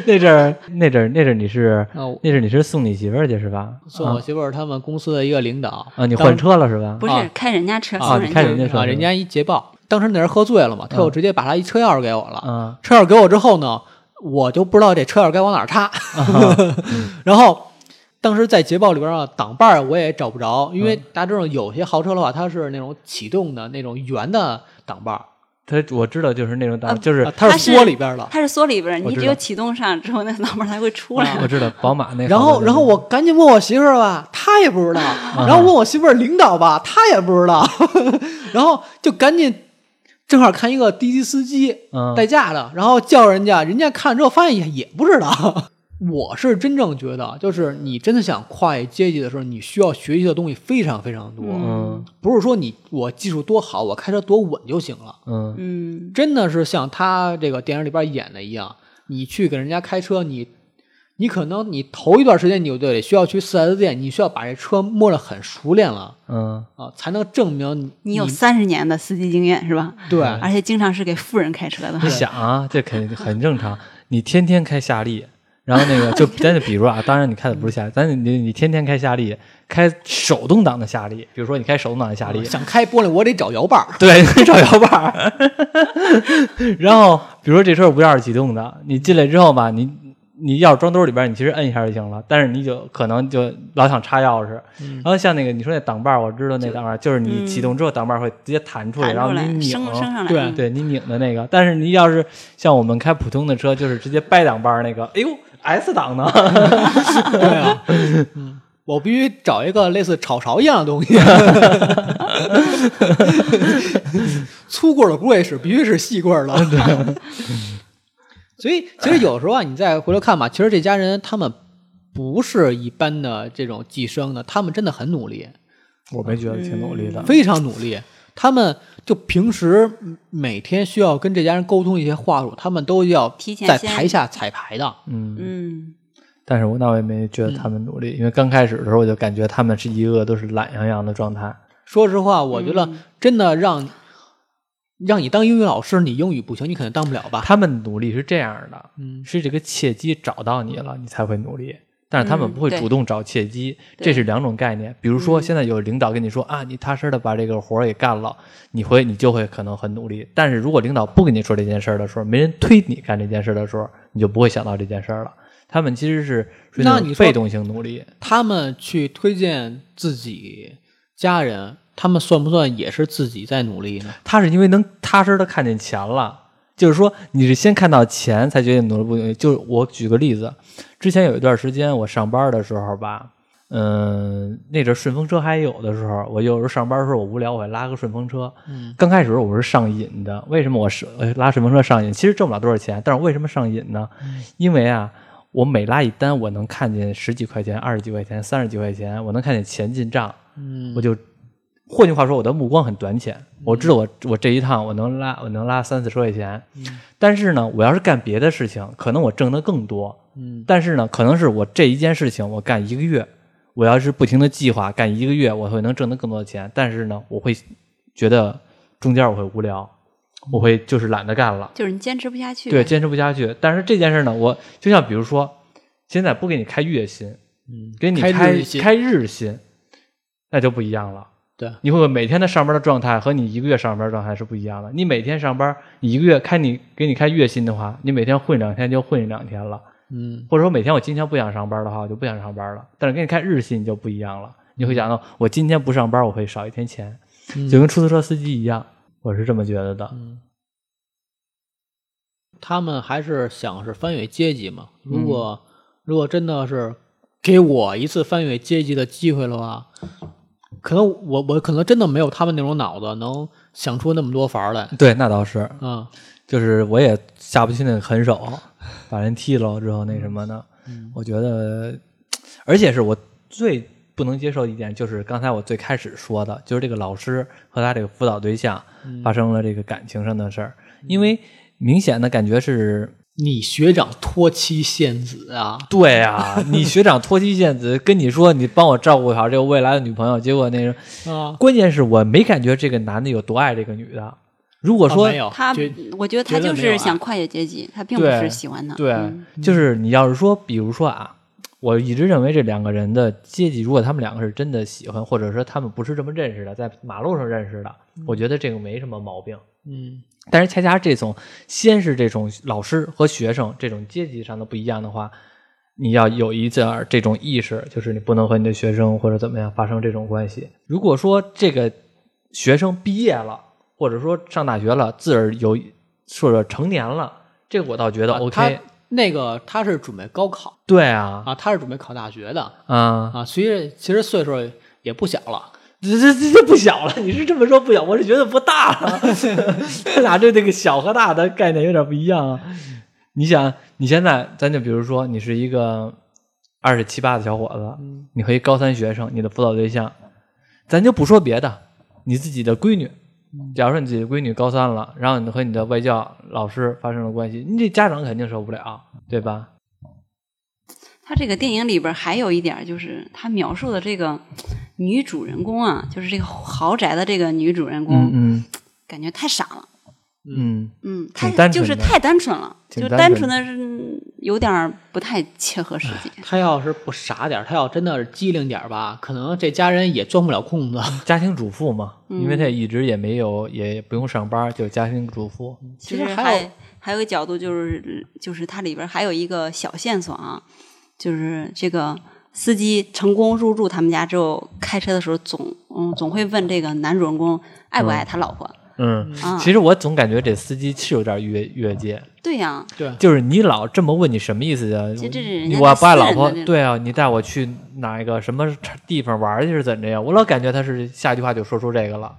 那阵儿，那阵儿，那阵儿你是
啊，我
那阵儿你是送你媳妇儿去是吧？
送我媳妇儿他们公司的一个领导
啊，你
当
换车了是吧？
不是
啊
开人家车，
啊
送
你
人
开
家
人家车
啊，
是
人
吧嗯
家一捷豹，当时那人喝醉了嘛，他就直接把他一车钥匙给我了。
啊 <laughs>
车钥匙给我之后呢，我就不知道这车钥匙该往哪儿插。然后当时在捷豹里边啊，挡把儿我也找不着，因为大家知道有些豪车的话，它是那种启动的那种圆的挡把儿，
他我知道，就是那种大，就是
啊它
它
是
是
缩里边儿的。
它是缩里边儿，
我
你
知
只有
道
启动上之后，那个脑门才会出来。
啊我知道宝马那。
然后，然后我赶紧问我媳妇儿吧，她也不知道。然后问我媳妇儿领导吧，她也不知道。 <laughs> 然后就赶紧，正好看一个滴滴司机，
嗯
代驾的，然后叫人家，人家看了之后发现也也不知道。 <laughs> 我是真正觉得，就是你真的想跨越阶级的时候，你需要学习的东西非常非常多，
嗯
不是说你我技术多好，我开车多稳就行了。
嗯
嗯，
真的是像他这个电影里边演的一样，你去给人家开车，你你可能你头一段时间你就得需要去四 S 店，你需要把这车摸得很熟练了
嗯
啊，才能证明你
你有三十年的司机经验是吧？
对
<laughs>
而且经常是给富人开车的 <laughs>
你。想啊，这肯定很正常。你天天开夏利，然后那个就咱就比如啊，当然你开的不是夏利，咱你你天天开夏利，开手动挡的夏利，比如说你开手动挡的夏利，
想开玻璃，我得找摇把儿。
<laughs> 对，找摇把儿。 <laughs> 然后比如说这车是无钥匙启动的，你进来之后吧，你你钥匙装兜里边儿，你其实摁一下就行了，但是你就可能就老想插钥匙。
嗯
然后像那个你说那挡把儿，我知道那挡把儿就是你启动之后挡把儿会直接弹出来，
弹
然后
出来
你，拧。
升升上来。
对
嗯
对你拧的那个，但是你要是像我们开普通的车，就是直接掰档把儿那个，哎呦，S 档呢？
对啊，嗯，我必须找一个类似炒勺一样的东西。粗棍儿的锅也是，必须是细棍儿的。所以，其实有时候啊，你再回头看吧，其实这家人他们不是一般的这种寄生的，他们真的很努力，
我没觉得挺努力的，
嗯
非常努力。他们就平时每天需要跟这家人沟通一些话术，他们都要
提前
在
先
台下彩排的。
嗯，
嗯，
但是我那我也没觉得他们努力，因为刚开始的时候我就感觉他们是一个都是懒洋洋的状态，
说实话，我觉得真的让、让你当英语老师，你英语不行，你可能当不了吧？
他们努力是这样的，
嗯，
是这个契机找到你了，你才会努力。但是他们
嗯
不会
对
主动找契机，
对
这是两种概念。比如说，现在有领导跟你说
嗯
啊，你踏实的把这个活儿给干了，你会你就会可能很努力。但是如果领导不跟你说这件事儿的时候，没人推你干这件事儿的时候，你就不会想到这件事儿了。他们其实是属于
那
种
你说
被动性努力，
他们去推荐自己家人，他们算不算也是自己在努力呢？
他是因为能踏实的看见钱了。就是说，你是先看到钱才决定努力不努力。就是我举个例子，之前有一段时间我上班的时候吧，嗯、那阵儿顺风车还有的时候，我有时候上班的时候我无聊，我会拉个顺风车。
嗯，
刚开始我是上瘾的，为什么我是呃拉顺风车上瘾？其实挣不了多少钱，但是我为什么上瘾呢？因为啊，我每拉一单，我能看见十几块钱、二十几块钱、三十几块钱，我能看见钱进账。
嗯，
我就换句话说，我的目光很短浅，我知道我我这一趟我能拉我能拉三四十块钱，
嗯
但是呢，我要是干别的事情，可能我挣得更多，
嗯，
但是呢，可能是我这一件事情我干一个月，我要是不停的计划干一个月，我会能挣得更多的钱，但是呢，我会觉得中间我会无聊，我会就是懒得干了。
就是你坚持不下去。
对，，坚持不下去。但是这件事呢，我就像比如说，现在不给你开月薪，
嗯
给你
开
开
日薪
开日薪，那就不一样了。
对
你会每天的上班的状态和你一个月上班的状态是不一样的。你每天上班，你一个月开你给你开月薪的话，你每天混两天就混两天了，
嗯，
或者说每天我今天不想上班的话，我就不想上班了。但是给你开日薪你就不一样了，你会想到我今天不上班我会少一天钱，就跟出租车司机一样，我是这么觉得的。
他们还是想是翻越阶级嘛。如果、如果真的是给我一次翻越阶级的机会的话，可能我我可能真的没有他们那种脑子能想出那么多法儿来
对，那倒是，
啊。
就是我也下不去那个狠手，把人踢了之后那什么的，
嗯
我觉得，而且是我最不能接受一点，就是刚才我最开始说的，就是这个老师和他这个辅导对象
嗯
发生了这个感情上的事儿，因为明显的感觉是。
你学长托妻献子啊，
对
<laughs>
啊，你学长脱妻献子，跟你说你帮我照顾好这个未来的女朋友，结果那个，
啊，
关键是我没感觉这个男的有多爱这个女的。如果
我
说
哦没有，
他嗯
就，
我觉得他
觉得没
就
有
是
爱
想跨越阶级，他并不
对
是喜欢他。
对，
嗯
就是你要是说，比如说啊，我一直认为这两个人的阶级，如果他们两个是真的喜欢，或者说他们不是这么认识的，在马路上认识的，我觉得这个没什么毛病。
嗯
但是恰恰这种，先是这种老师和学生这种阶级上的不一样的话，你要有一点儿这种意识，就是你不能和你的学生或者怎么样发生这种关系。如果说这个学生毕业了，或者说上大学了，自个儿有或者成年了，这个我倒觉得
啊
OK。
他那个他是准备高考
对啊，
啊，他是准备考大学的
啊，
啊，所以其实岁数也不小了。
这这这这不小了，你是这么说不小，我是觉得不大
<laughs>
了。他俩对这个小和大的概念有点不一样啊。你想，你现在咱就比如说，你是一个二十七八的小伙子，你和一高三学生，你的辅导对象，咱就不说别的，你自己的闺女，假如说你自己的闺女高三了，然后你和你的外教老师发生了关系，你这家长肯定受不了，对吧？
他这个电影里边还有一点儿就是，他描述的这个女主人公啊，就是这个豪宅的这个女主人公，
嗯
感觉太傻
嗯
了。
嗯，
嗯，
挺
太
单
就是
纯的
太单纯了，
挺
就
单
单
纯
纯的是有点儿不太切合实际。
他要是不傻点儿，他要真的是机灵点儿吧，可能这家人也钻不了
<laughs>
空子。
家庭主妇嘛，因为她一直也没有，也不用上班，就是家庭主妇。
其
其
实
实还
还
有
还有一个角度就是，就是它里边还有一个小线索啊，就是这个司机成功入住他们家之后，开车的时候总嗯总会问这个男主人公爱不爱他老婆。
嗯，
嗯
其实我总感觉这司机是有点越越界，
对呀、
对，
就是你老这么问，你什么意思呀
其实这是？人
你
家
我
的
不爱
私
老
人
婆
的这，种
对啊，你带我去哪一个什么地方玩去是怎着呀？我老感觉他是下一句话就说出这个了。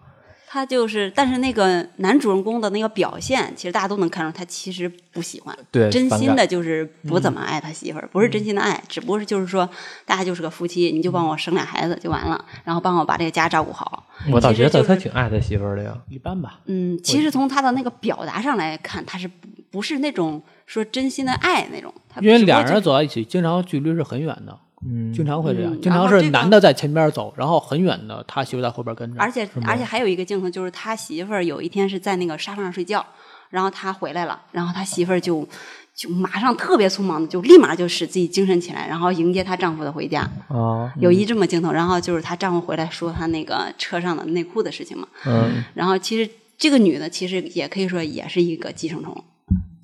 他就是，但是那个男主人公的那个表现，其实大家都能看出他其实不喜欢，
对
真
反
心
感嗯
的就是不怎么爱他媳妇儿，不是真心的爱，只不过是就是说，大家就是个夫妻，你就帮我生俩孩子就完了，然后帮我把这个家照顾好。
我倒觉
其
得
实就
他
是
挺爱他媳妇儿的呀。
一般吧。
嗯，其实从他的那个表达上来看，他是不不是那种说真心的爱那种，他
因为
只不过
俩人
就
走在一起，经常距离是很远的，
嗯，
经常会这样，
嗯
经
然
常
后这
是
个
男的在前边走，然后很远的他媳妇在后边跟着。
而且而且还有一个镜头，就是他媳妇儿有一天是在那个沙发上睡觉，然后他回来了，然后他媳妇儿就就马上特别匆忙的，就立马就使自己精神起来，然后迎接她丈夫的回家。
啊，
有一这么镜头，然后就是她丈夫回来说她那个车上的内裤的事情嘛，
嗯，
然后其实这个女的其实也可以说也是一个寄生虫，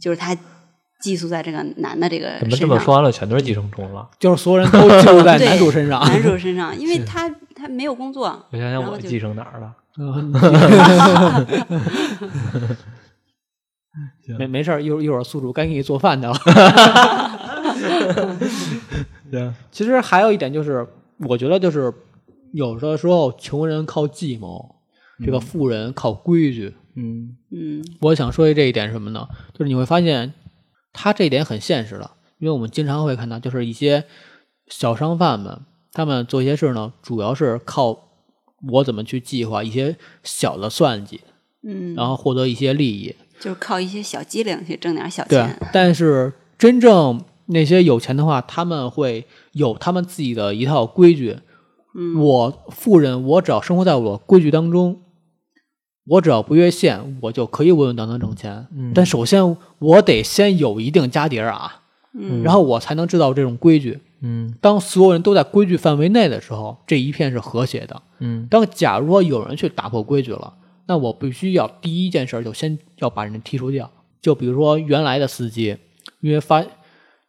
就是她寄宿在这个男的这个
嗯怎
身
么这
上。
么说完了，全都是寄生虫了？
就是所有人都 <laughs> 就在
对
男主
<laughs>
身上。
男主
<laughs>
身上，因为他他没有工作，
我想想
然
我
后就
寄生哪儿了？
嗯没没事儿，一会儿一会儿宿主该给你做饭去了。
对，
其实还有一点就是，我觉得就是有的时候穷人靠计谋，这个富人靠规矩。
嗯
嗯，
我想说这一点是什么呢？就是你会发现，他这一点很现实的，因为我们经常会看到，就是一些小商贩们，他们做一些事呢，主要是靠我怎么去计划一些小的算计，
嗯
然后获得一些利益。
就是靠一些小机灵去挣点小
对啊
钱，，
但是真正那些有钱的话，他们会有他们自己的一套规矩。
嗯
我富人，我只要生活在我规矩当中，我只要不越线，我就可以稳稳当当挣钱。
嗯
但首先我得先有一定家底儿啊，
嗯
然后我才能制造这种规矩。
嗯
当所有人都在规矩范围内的时候，这一片是和谐的。
嗯
当假如说有人去打破规矩了，那我必须要第一件事儿就先要把人剔除掉。啊就比如说原来的司机，因为发，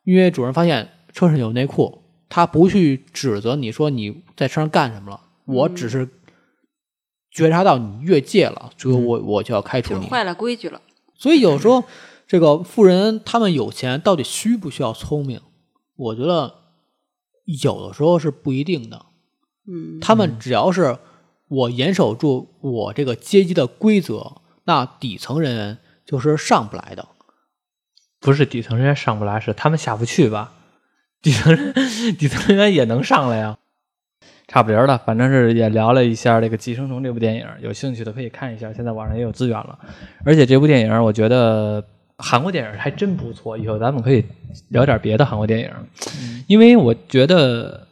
因为主人发现车上有内裤，他不去指责你说你在车上干什么了，我只是觉察到你越界了，所以我我就要开除
就是
你。
坏了规矩了。
所以有时候这个富人他们有钱到底需不需要聪明？我觉得有的时候是不一定的。
嗯，
他们只要是我严守住我这个阶级的规则，那底层人员就是上不来的。
不是底层人员上不来，是他们下不去吧？ <laughs> 底层人底层人员也能上来呀。差不离儿了，反正是也聊了一下这个《寄生虫》这部电影，有兴趣的可以看一下，现在网上也有资源了。而且这部电影，我觉得韩国电影还真不错，以后咱们可以聊点别的韩国电影，因为我觉得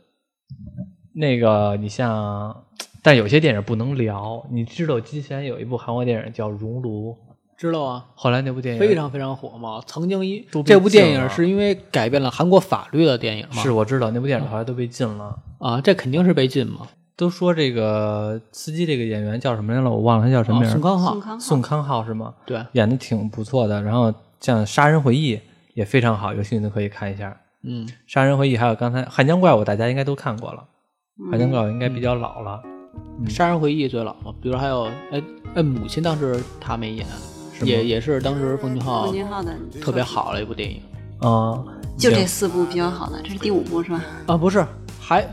那个你像，但有些电影不能聊。你知道之前有一部韩国电影叫《熔炉》，
知道啊，
后来那部电影
非常非常火嘛。曾经一
都被
这部电
禁了
影是因为改变了韩国法律的电影嘛？
是我知道那部
嗯
电影后来都被禁了。
啊，这肯定是被禁嘛。
都说这个司机这个演员叫什么来了，我忘了他叫什么
啊
名
宋
儿、
康昊
哦宋，康昊
宋康昊是吗？
对，
演的挺不错的。然后像《杀人回忆》也非常好，有兴趣的可以看一下。
嗯，
《杀人回忆》还有刚才《汉江怪物》，大家应该都看过了，
嗯
《汉江怪物》应该比较老了，嗯
《杀人回忆》最老嘛。比如还有，哎哎，母亲当时他没演，
是吗？
也也是当时奉俊昊
奉俊昊的
特别，好的一部电影
啊，
就这
行
四部比较好的，这是第五部是吧？
啊，不是还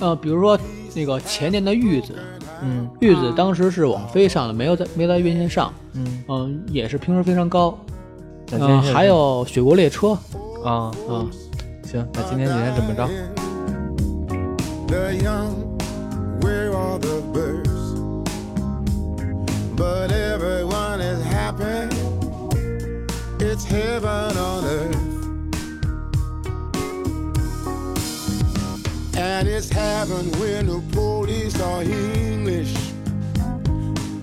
呃，比如说那个前年的《玉子》，
嗯
《玉子》当时是网飞上的，没有在没有在院线上，
嗯，
嗯，也是评分非常高。
那今
嗯，
天就
还有《雪国列车》
啊，
啊，
行，那今天就先这么着。
The young, we're all the birds. But everyone is happy. It's heaven on earth. And it's heaven when the police are English.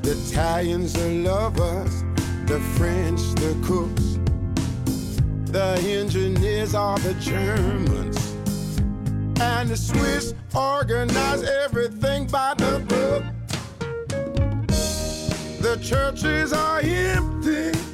The Italians are lovers, the French, the cooks. The engineers are the Germans. And the Swiss organize everything by the book. The churches are empty.